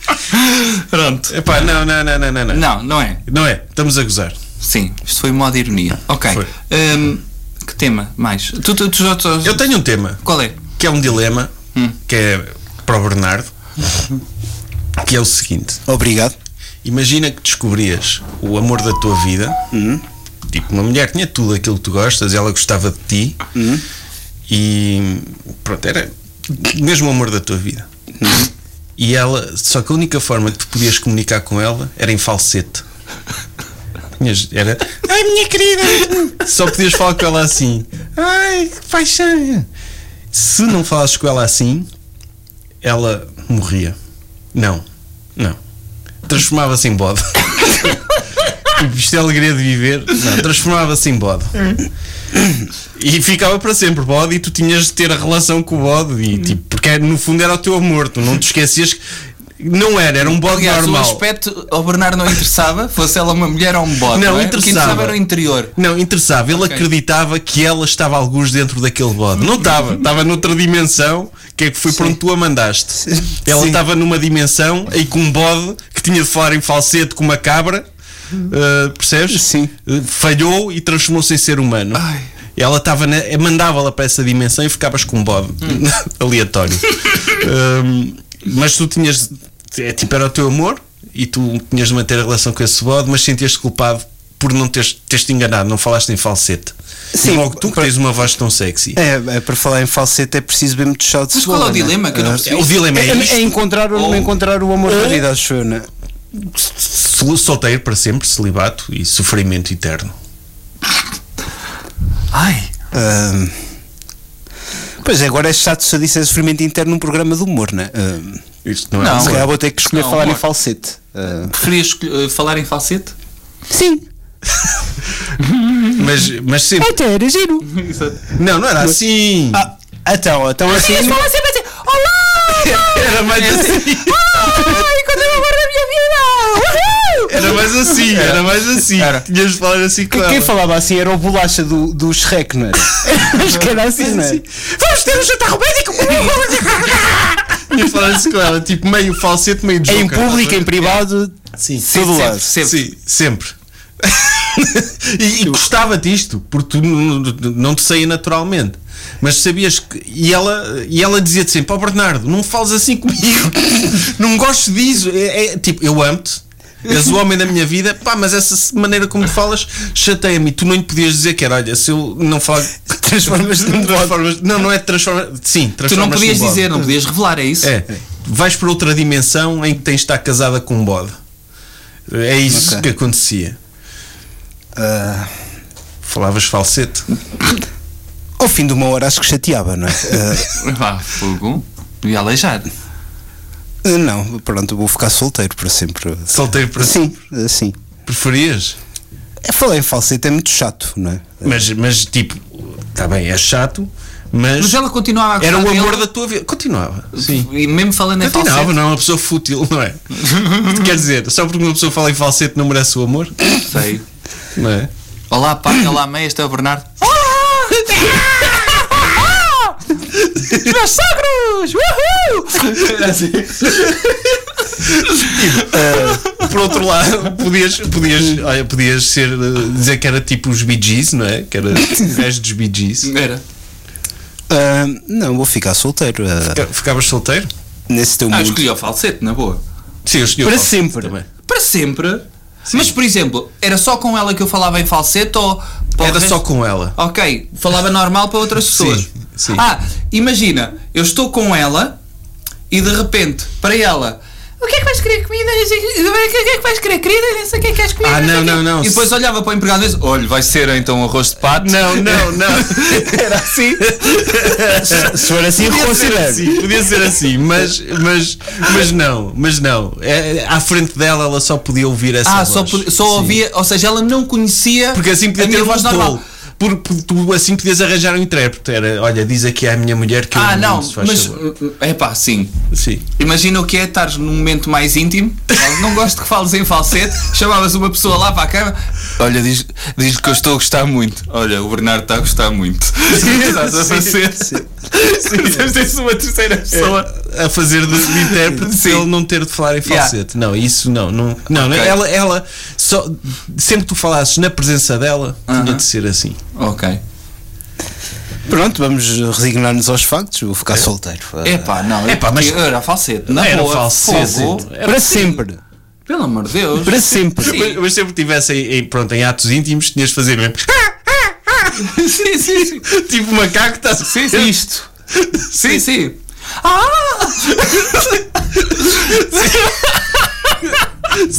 S2: Pronto.
S3: Epá, não, não, não, não, não, não.
S2: Não, não é?
S3: Não é, estamos a gozar.
S2: Sim, isto foi modo ironia. Ok.
S3: Foi.
S2: Hum, que tema mais? Tu, tu, tu já- tu-
S3: Eu tenho um tema
S2: Qual é?
S3: que é um dilema que é para o Bernardo, que é o seguinte:
S5: Obrigado.
S3: Imagina que descobrias o amor da tua vida. Tipo, uma mulher tinha tudo aquilo que tu gostas, ela gostava de ti. E pronto, era mesmo o amor da tua vida. E ela, só que a única forma que tu podias comunicar com ela era em falsete. Tinhas- Era, ai minha querida! Só podias falar com ela assim, ai que paixão! Se não falasses com ela assim, ela morria. Não, não. Transformava-se em bode. Tipo, Isto é alegria de viver. Não, transformava-se em bode. E ficava para sempre bode e tu tinhas de ter a relação com o bode. E, tipo, porque no fundo era o teu amor, tu não te esquecias que. Não era, era um bode
S2: Aliás,
S3: normal.
S2: o aspecto ao Bernardo não interessava, fosse ela uma mulher ou um bode.
S3: Não,
S2: é? O que
S3: interessava.
S2: interessava era o interior.
S3: Não, interessava. Ele
S2: Ok.
S3: acreditava que ela estava alguns dentro daquele bode. Não estava. Estava noutra dimensão, que é que foi para onde tu a mandaste. Ela estava numa dimensão aí com um bode que tinha de falar em falsete com uma cabra. uh, percebes?
S5: Sim.
S3: Uh, falhou e transformou-se em ser humano.
S2: Ai.
S3: Ela estava na- eh, mandava-la para essa dimensão e ficavas com um bode aleatório. Um, mas tu tinhas. É, tipo, era o teu amor e tu tinhas de manter a relação com esse bode, mas sentias-te culpado por não teres, teres te enganado, não falaste em falsete.
S5: Sim,
S3: Igual que tu que tens uma voz tão sexy.
S5: É, é, para falar em falsete é preciso bem muito chá de
S2: Mas qual é o
S5: cebola, né?
S2: dilema que eu não
S5: Ah,
S3: O
S2: percebi?
S3: dilema é,
S5: É, é
S3: isto,
S5: encontrar ou, não encontrar o amor da vida, acho eu, né?
S3: sol- solteiro para sempre, celibato e sofrimento eterno.
S2: Ai,
S5: Ahm. Pois agora é chato se eu disser sofrimento interno num programa de humor, né? Ahm.
S3: Isto não,
S2: Não.
S5: se
S3: é
S5: calhar vou ter que escolher
S2: Não,
S5: falar
S2: humor.
S5: em falsete. Ah,
S2: preferias escolher- eh, falar em falsete?
S5: sim,
S3: mas, mas sempre.
S5: até era giro.
S3: Não, não era assim.
S5: Ah, então, então assim.
S6: Mas fala sempre assim, olá,
S3: Era mais assim. Era mais assim, era mais assim.
S6: Era.
S3: Tinhas de falar assim com
S5: Que-
S3: ela.
S5: Quem falava assim era o bolacha do, do Shrek, não era? Acho que era assim, não era?
S3: Vamos ter um jantar romântico! Tinhas de falar assim com ela, tipo meio falsete, meio joker. tá
S5: Em público, em privado,
S3: Sim,
S5: todo lado.
S3: sempre. Sim, sempre. e e gostava-te isto, porque tu n- n- não te saía naturalmente. Mas sabias que. E ela, e ela dizia-te sempre: Ó Bernardo, não fales assim comigo, não gosto disso. É, é, tipo, eu amo-te, és o homem da minha vida, pá, mas essa maneira como tu falas chateia-me. E Tu não lhe podias dizer que era: Olha, se eu não falo. Transformas-te num transformas, Não, não é transforma. Sim, transformas
S2: Tu não podias dizer, não podias revelar, é isso?
S3: um é. Vais para outra dimensão em que tens de estar casada com um bode. É isso
S5: Ok.
S3: que acontecia.
S5: Ah,
S3: Falavas falsete.
S5: Ao fim de uma hora acho que chateava, não é?
S2: Vá, fogo. E aleijar.
S5: Ah, não, pronto, vou ficar solteiro para sempre.
S3: Solteiro para si.
S5: Sim, assim.
S3: Preferias?
S5: Falar em falsete é muito chato, não é?
S3: Mas, mas tipo, está bem, é chato, mas,
S2: Mas ela continuava a gostar
S3: era o amor
S2: dele.
S3: da tua vida. Continuava. Sim.
S2: E mesmo falando em
S3: Continuava,
S2: falsete,
S3: não é uma pessoa fútil, não é? Quer dizer, só porque uma pessoa fala em falsete não merece o amor,
S2: sei.
S3: não é?
S2: Olá pai, olá mãe, este é o Bernardo.
S3: É assim. Por outro lado, podias, podias, olha, podias ser, eh, dizer que era tipo os Bee Gees, não é? Que era o gajo dos Bee Gees.
S2: Era.
S5: Ah, não, vou ficar solteiro. ah,
S3: Fica- Ficavas solteiro?
S5: nesse teu
S2: Ah,
S5: mundo.
S2: escolhi o falsete, na boa.
S3: Sim, eu escolhi o
S5: Para
S3: falso
S5: sempre.
S3: também.
S2: Para sempre. Mas, por exemplo, era só com ela que eu falava em falsete ou. para o
S3: Era
S2: resto-
S3: só com ela.
S2: Ok, falava normal para outras pessoas.
S3: sim.
S2: Ah, imagina, eu estou com ela e de repente, para ela. O que é que vais querer comida? O que é que vais querer querida? Não sei o que é que queres comer.
S3: Ah,
S2: sei
S3: não,
S2: o quê."
S3: não, não.
S2: E depois olhava para o empregado e dizia: Olha, vai ser então arroz de pato.
S3: Não, não, não.
S5: Era assim. Se- Se for assim,
S3: Podia ser
S5: reconsidero.
S3: assim, podia ser assim, mas, mas, mas não, mas não. É, à frente dela ela só podia ouvir essa
S2: Ah,
S3: voz.
S2: só, pod-
S3: Sim.
S2: só ouvia, ou seja, ela não conhecia
S3: Porque assim podia
S2: a
S3: ter
S2: minha voz
S3: um
S2: normal.
S3: normal. Por, por- tu assim podias arranjar um intérprete. Era, olha, diz aqui à minha mulher que eu
S2: Ah,
S3: amo,
S2: não,
S3: se faz
S2: mas
S3: favor.
S2: é pá, sim.
S3: Sim.
S2: Imagina o que é estares num momento mais íntimo, falas, não gosto que fales em falsete, chamavas uma pessoa lá para a cama, olha, diz- diz-lhe que eu estou a gostar muito. Olha, o Bernardo está a gostar muito. Estás a fazer. Mas tens uma terceira pessoa.
S3: É, a fazer de, de intérprete se
S2: Sim.
S3: ele não ter de falar em
S2: Yeah.
S3: falsete. Não, isso não. Não, não
S2: Ok.
S3: ela, ela só sempre que tu falasses na presença dela, tinha
S2: Aham.
S3: de ser assim.
S2: Ok.
S5: Pronto, vamos resignar-nos aos factos. Vou ficar solteiro. Ah,
S2: É pá, não,
S3: Epá,
S2: eu-
S3: mas-
S2: era falsete. Na
S3: Era
S2: boa,
S3: falsete.
S2: fogo.
S5: Para sempre.
S2: Pelo amor de Deus.
S5: Para sempre.
S2: Sim.
S3: Mas, mas sempre que tivesse em, em- pronto, em atos íntimos, tinhas de fazer mesmo.
S2: sim, sim, sim.
S3: tipo macaco, estás
S2: Sim, sim. Isto. Sim, sim.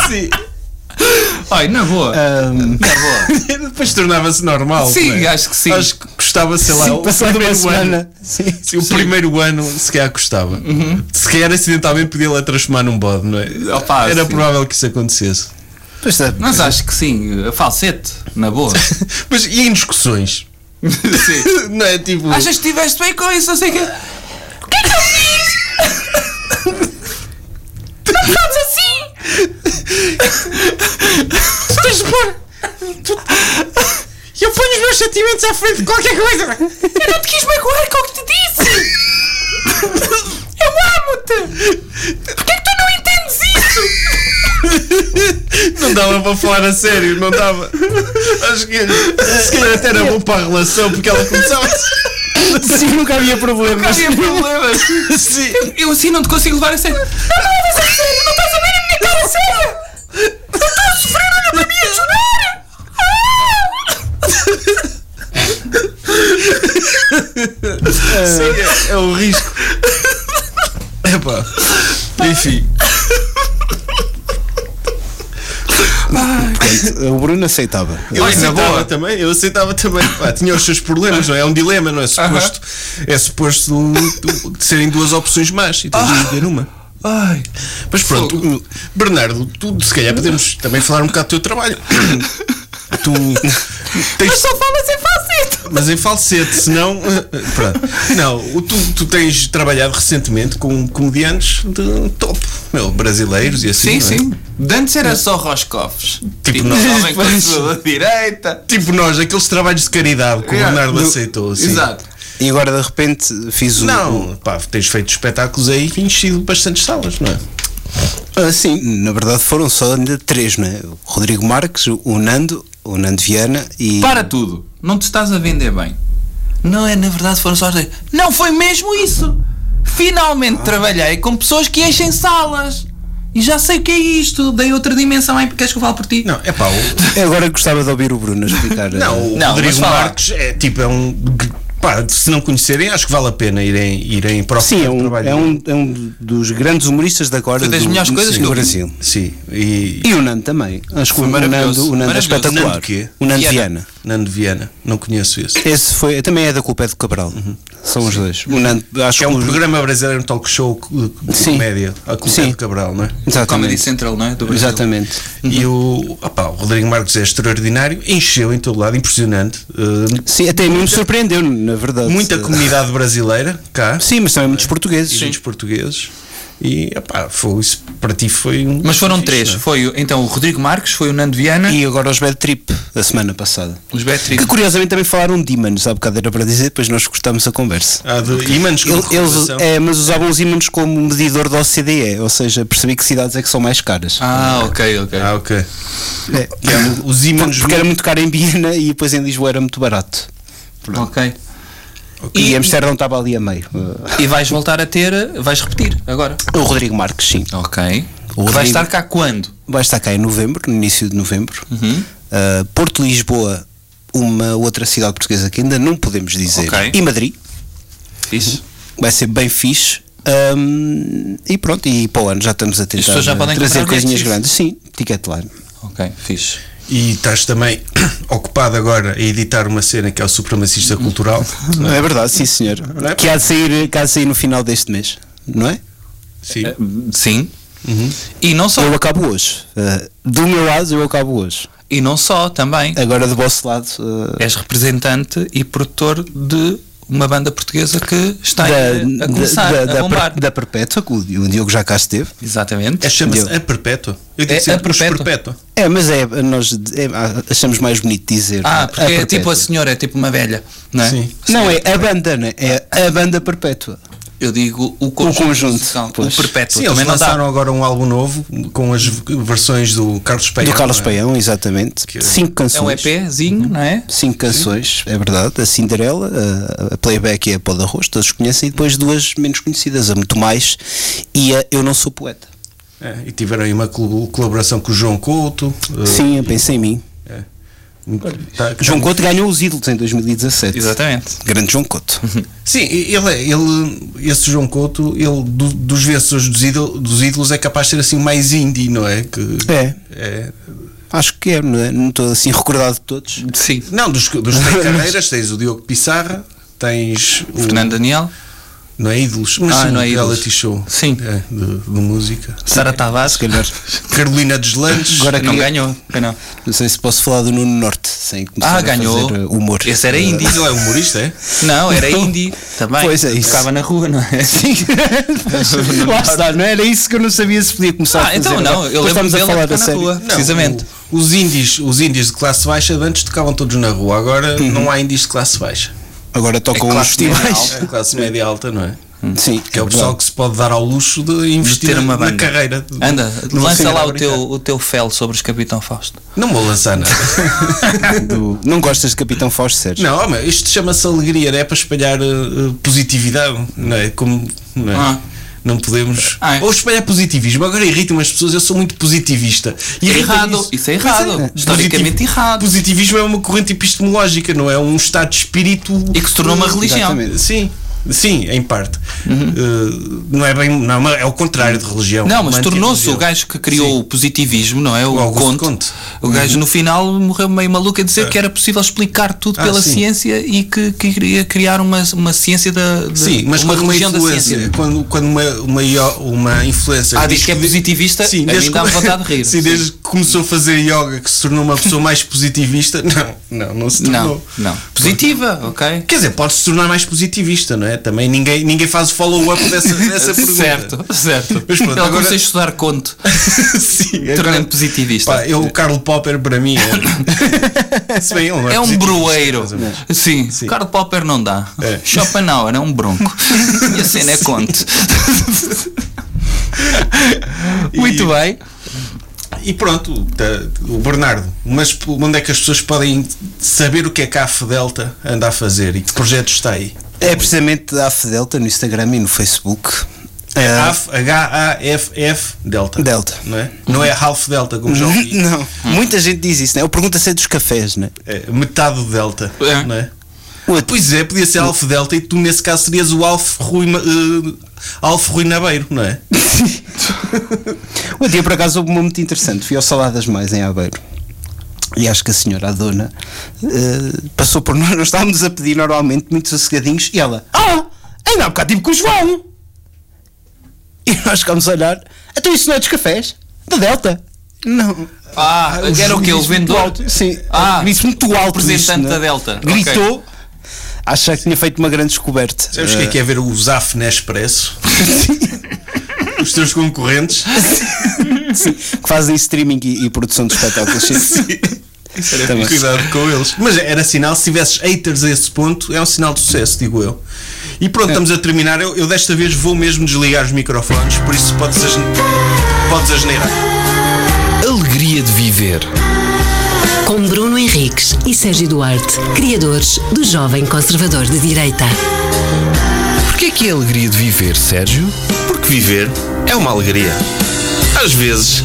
S3: Sim.
S2: Ai, na boa.
S5: Ahm,
S2: Na boa.
S3: Depois tornava-se normal.
S2: Sim,
S3: não é?
S2: acho que sim.
S3: Acho que custava, sei lá,
S5: sim,
S3: o
S5: passado uma
S3: primeiro ano.
S5: semana. Sim.
S3: Sim, Uhum. o primeiro ano se calhar custava. Se calhar acidentalmente podia-la transformar num bode, não é?
S2: Opa,
S3: Era
S2: sim.
S3: provável que isso acontecesse.
S5: Pois é.
S2: Mas acho que sim, falsete, na boa.
S3: Mas e em discussões?
S2: Sim.
S3: Não é tipo.
S2: Achas que estiveste bem com isso? Não sei o quê.
S3: Eu ponho os meus sentimentos à frente de qualquer coisa. Eu não te quis magoar com o que te disse. Eu amo-te. Porquê que tu não entendes isso? Não dava para falar a sério, não dava. Acho que se calhar até era bom para a relação, porque ela começava a
S5: Sim, nunca havia
S2: Não
S5: problemas.
S2: havia problemas.
S3: Sim.
S2: Eu assim não te consigo levar a sério. Não me levas a sério, não estás a ver a minha cara a sério. Eu estou a sofrer, olha para mim a chorar.
S3: É, é o risco. Epá. Enfim.
S5: O Bruno aceitava.
S3: Eu
S2: Olha, na
S3: aceitava
S2: boa.
S3: também, eu aceitava também. Pá, tinha os seus problemas, não é? É um dilema, não é? Suposto, É suposto tu- tu- serem duas opções más e tens de escolher uma.
S2: Ai.
S3: Mas pronto, Bernardo, tu se calhar podemos também falar um bocado do teu trabalho. tu tens,
S2: Só falas em falsete.
S3: mas em falsete, senão. eh, Pronto. Não, o- tu, tu tens trabalhado recentemente com comediantes de top, meu, brasileiros e assim. não
S2: Sim,
S3: é?
S2: sim. De antes era só Roscoffs. Tipo,
S3: não.
S2: jovem conservador de direita.
S3: Tipo nós, aqueles trabalhos de caridade que
S2: Yeah.
S3: o Bernardo
S2: É, Do-
S3: aceitou. Assim.
S2: Exato.
S5: E agora de repente fiz um.
S3: Não, pá, tens feito espetáculos aí que enchido bastantes salas, não é?
S5: Ah, sim, na verdade foram só ainda três, não é? O Rodrigo Marques, o Nando, o Nando Viana e.
S2: Para tudo. Não te estás a vender bem. Não é, na verdade, foram só os dois. Não foi mesmo isso.
S3: Ah.
S2: Finalmente trabalhei com pessoas que enchem salas. E já sei o que é isto. Dei outra dimensão aí porque queres que eu falo por ti.
S3: Não, é pá, o,
S5: Eu agora gostava de ouvir o Bruno a explicar. eh,
S3: Não, o
S2: Não, mas
S3: Rodrigo
S2: fala.
S3: Marques é tipo, é um. Pá, se não conhecerem, acho que vale a pena irem, irem procurar
S5: Sim, é
S3: o
S5: um,
S3: trabalho.
S5: é, um, é um dos grandes humoristas da agora
S2: Foi das
S5: do,
S2: melhores coisas
S5: sim,
S2: que eu
S5: do
S2: vi.
S5: Brasil.
S3: Sim, e.
S5: E o Nando também. Acho que o
S2: maravilhoso.
S5: Nando, o Nando é
S2: Maravilhoso.
S5: espetacular.
S3: Nando quê?
S5: O Nando
S2: Viana.
S5: Viana.
S3: Nando Viana, não conheço esse.
S5: Esse foi, também é da culpa é do Cabral.
S2: Uhum.
S5: São os dois. O Nando, acho
S3: Que é um
S5: os-
S3: programa brasileiro, um talk show de
S5: Sim.
S3: comédia, a
S5: Sim.
S3: Comédia de Cabral, não é?
S2: Comedy
S5: Exatamente.
S2: Central, não é? Do Brasil.
S5: Exatamente.
S3: E o, opá, o Rodrigo Marques é extraordinário, encheu em todo lado, impressionante. eh,
S5: Sim, até a mim me surpreendeu, na verdade.
S3: muita comunidade brasileira cá,
S5: Sim, mas também
S2: É.
S5: muitos
S3: e
S5: portugueses.
S3: muitos portugueses. E opá, foi, isso para ti foi um.
S2: Mas foram
S3: fixe,
S2: três.
S3: não é?
S2: Foi o- então o Rodrigo Marques, foi o Nando Viana e
S5: E agora os Bad Trip, da semana passada.
S2: é? os Beatriz.
S5: Que curiosamente também falaram de ímãs, há bocado é era para dizer, depois nós cortámos a conversa.
S3: Ah, de ímãs com
S5: Ele- Eles,
S3: recordação.
S5: é, mas usavam os ímãs como medidor da OCDE, ou seja, percebi que cidades é que são mais caras.
S2: Ah, ok, ok.
S3: Ah, ok.
S5: É.
S3: Que é, os ímãs
S5: Porque era muito caro em Viena e depois em Lisboa era muito barato.
S2: ok.
S5: E,
S2: E,
S5: Amsterdão estava ali a meio. Uh,
S2: e vais voltar a ter, vais repetir agora.
S5: O Rodrigo Marques, sim.
S2: Ok.
S5: O
S2: que vai
S5: Rodrigo-
S2: estar cá quando?
S5: Vai estar cá em novembro, no início de novembro. Uh, Porto Lisboa, uma outra cidade portuguesa que ainda não podemos dizer.
S2: Ok.
S5: E Madrid,
S2: Isso.
S5: vai ser bem fixe. Um, e pronto, e para o ano já estamos a tentar
S2: pessoas já
S5: uh,
S2: podem
S5: trazer
S2: comprar
S5: coisinhas
S2: bilhetes, isso?
S5: grandes. Sim, Ticketline.
S2: Ok, fixe.
S3: E estás também ocupado agora a editar uma cena que é o Supremacista Cultural.
S5: Não é verdade, sim senhor.
S3: Não é?
S5: Que há de, sair, que há de sair no final deste mês, não é?
S3: Sim.
S2: Sim. E não só.
S5: Eu acabo hoje. Uh, do meu lado, eu acabo hoje.
S2: E não só também.
S5: Agora do vosso lado. uh,
S2: És representante e produtor de uma banda portuguesa que está Tá, eh, a- a começar
S5: da,
S2: a
S5: da-
S2: bombar.
S5: da Perpétua, que o o Diogo já cá esteve.
S2: Exatamente.
S3: É chama-se
S5: Deu.
S3: a perpétua. Eu digo
S2: É
S3: sempre
S2: a
S3: os
S2: perpétua.
S3: perpétua.
S5: É, mas é, nós é, achamos mais bonito dizer.
S2: Ah,
S5: a
S2: porque é tipo
S5: Perpétua.
S2: a senhora, é tipo uma velha, não é?
S3: Sim.
S5: Não, é a banda, né? é a banda Perpétua.
S2: Eu digo o conjunto.
S5: conjunto,
S2: musical,
S5: pois.
S2: o perpétuo.
S3: Sim, eles
S2: também não dá.
S3: lançaram agora um álbum novo com as v- versões do Carlos Paião.
S5: Do Carlos
S3: não é?
S5: Paião, exatamente. Cinco
S2: É um
S5: canções.
S2: EPzinho, não é?
S5: Cinco canções, é verdade. A Cinderela, a, a Playback e a Pó de Arroz, todos conhecem, e depois duas menos conhecidas, a Muito Mais e a Eu Não Sou Poeta.
S3: É, e tiveram aí uma col- colaboração com o João Couto.
S2: Uh.
S3: eh,
S5: Sim, pensa em mim.
S3: muito- tá- tá-
S5: João Couto ganhou os ídolos em 2017.
S2: Exatamente.
S5: Grande João Couto.
S3: Sim, e- ele, é- ele, esse João Couto, ele do- dos vencedores dos, ídol- dos ídolos é capaz de ser assim o mais indie, não é? Que,
S5: É.
S3: é-
S5: Acho que é, não é? Não estou assim recordado de todos.
S2: Sim.
S3: Não, dos, dos que têm carreiras, tens o Diogo Pissarra, tens o.
S2: Fernando Daniel,
S3: Não é ídolos, mas
S2: Ah,
S3: sim,
S2: não
S3: não
S2: é
S3: é
S2: ídolos.
S3: reality show.
S2: Sim.
S3: É, de, de música.
S2: Sara Tavares,
S5: Se calhar.
S3: Carolina Deslandes. é
S5: Agora
S2: não
S5: queria-
S2: ganhou. foi não.
S5: Não sei se posso falar do Nuno Norte sem começar
S2: Ah,
S5: a
S2: ganhou.
S5: fazer uh, humor.
S2: Esse era
S5: Uh,
S2: indie.
S3: Ele é humorista, é?
S2: Não, era indie também.
S5: Pois é isso.
S2: Tocava na rua, não é?
S5: Sim, lá está, não era isso que eu não sabia se podia começar a
S2: Ah,
S5: fazer.
S2: então não, eu
S5: Depois
S2: lembro
S5: estamos a
S2: dele
S5: falar
S2: a
S5: da
S2: tocar na
S5: série.
S2: rua, precisamente.
S3: o- os, índios, os índios de classe baixa de antes tocavam todos na rua, agora
S2: Uhum.
S3: não há índios de classe baixa.
S5: Agora tocam os
S2: classe média
S5: festivais.
S3: É classe média alta, não é?
S5: Sim,
S3: Que é, o pessoal que se pode dar ao luxo de investir
S2: ter uma
S3: na
S2: banda.
S3: carreira. de-
S2: Anda,
S3: numa
S2: lança lá
S3: carreira
S2: o
S3: brincar.
S2: teu, o teu fel sobre os Capitão Fausto.
S3: Não vou lançar nada.
S5: verdade. Do- Não gostas de Capitão Fausto Sérgio?
S3: não, homem, isto chama-se alegria, não é para espalhar eh, eh, positividade, não é? Como. Não, é?
S2: Ah.
S3: Não podemos.
S2: Ah, é.
S3: Ou espalhar positivismo. Agora irritam as pessoas, eu sou muito positivista. Irrita-me
S2: Errado, isso é errado.
S3: Pois
S2: Historicamente
S3: Positivi-
S2: errado.
S3: Positivismo é uma corrente epistemológica, não é? Um estado de espírito.
S2: E que se tornou uma religião. Uhum.
S5: Exatamente.
S3: Sim. Sim, em parte. Uh, não é bem. Não, é uma- é o contrário de religião.
S2: Não, mas
S3: Mantém
S2: tornou-se o
S3: religião.
S2: gajo que criou
S3: Sim.
S2: o positivismo, não é? O,
S3: O Uhum. Augusto
S2: Conte.
S3: Conte.
S2: O gajo no final morreu meio maluco a dizer que era possível explicar tudo
S3: Ah,
S2: pela
S3: sim.
S2: ciência e que, que queria criar uma, uma ciência da. de-
S3: Sim, mas
S2: uma
S3: quando uma
S2: religião da
S3: influência,
S2: ciência.
S3: quando, quando uma, uma, io- uma influencer
S2: Ah, diz que é positivista, a mim
S3: desde que-
S2: dá-me vontade de rir.
S3: Sim, desde que começou a fazer yoga, que se tornou uma pessoa mais positivista, não, não, não se tornou.
S2: Não, não. Positiva, ok?
S3: Quer dizer, pode-se tornar mais positivista, não é? Também ninguém, ninguém faz o follow-up dessa, dessa pergunta.
S2: certo, certo.
S3: Mas pronto,
S2: Ele
S3: agora-
S2: começou a estudar Conte. É
S3: Sim,
S2: Tornei-me positivista.
S3: Pá, eu, o Karl Popper, para mim, é. Se bem, ele não
S2: É um
S3: positivista,
S2: broeiro.
S3: mais ou menos.
S2: Sim,
S3: Sim.
S2: Karl Popper não dá.
S3: É.
S2: Schopenhauer é um bronco. e a cena é conte. Muito
S3: E-
S2: bem.
S3: E pronto, tá- o Bernardo. Mas p- onde é que as pessoas podem saber o que é que a AF-Delta anda a fazer e que projeto está aí?
S5: É precisamente a Delta no Instagram e no Facebook.
S3: É
S5: Ah,
S3: AF, H-A-F-F Delta.
S5: Delta.
S3: Não é? Não é Half Delta, como já ouvi.
S5: Não, muita gente diz isso, né? Eu pergunto se é dos cafés, né?
S3: É, metade do Delta.
S2: É.
S3: Não é?
S5: Outro.
S3: Pois é, podia ser Alf Delta e tu, nesse caso, serias o Alf Rui, Ma- eh, Alf Rui Nabeiro, não é?
S5: Um dia, por acaso, houve uma muito interessante. Fui ao Saladas Mais, em Aveiro. E acho que a senhora, a dona, eh, passou por nós. Nós estávamos a pedir normalmente muito sossegadinhos. E ela, ah, ainda há bocado tive com o João. E nós ficámos a olhar. Então isso não é dos cafés? Da Delta? Não.
S2: Ah,
S3: os
S2: era o que? O
S3: juízes muito
S2: vendedor?
S5: Alto, sim.
S2: Ah,
S5: grito muito alto.
S2: representante
S5: isto, não é?
S2: da Delta, ok.
S5: Gritou. Achar que tinha feito uma grande descoberta.
S3: Sabes o que é que é ver o Zaf Nespresso? Os teus concorrentes?
S5: Sim, que fazem streaming e, e produção de espetáculos. Sim.
S7: Tá
S5: Também.
S3: Cuidado com eles. Mas era sinal, se tivesses haters a esse ponto, é um sinal de sucesso, digo eu. E
S7: É.
S3: pronto, estamos a terminar. Eu, eu desta vez vou mesmo desligar os microfones, por isso podes, asne... podes asneirar.
S6: Alegria de viver.
S4: Com Bruno Henriques e Sérgio Duarte, criadores do Jovem Conservador de Direita.
S6: Porquê que é alegria de viver, Sérgio?
S7: Porque viver é uma alegria. Às vezes.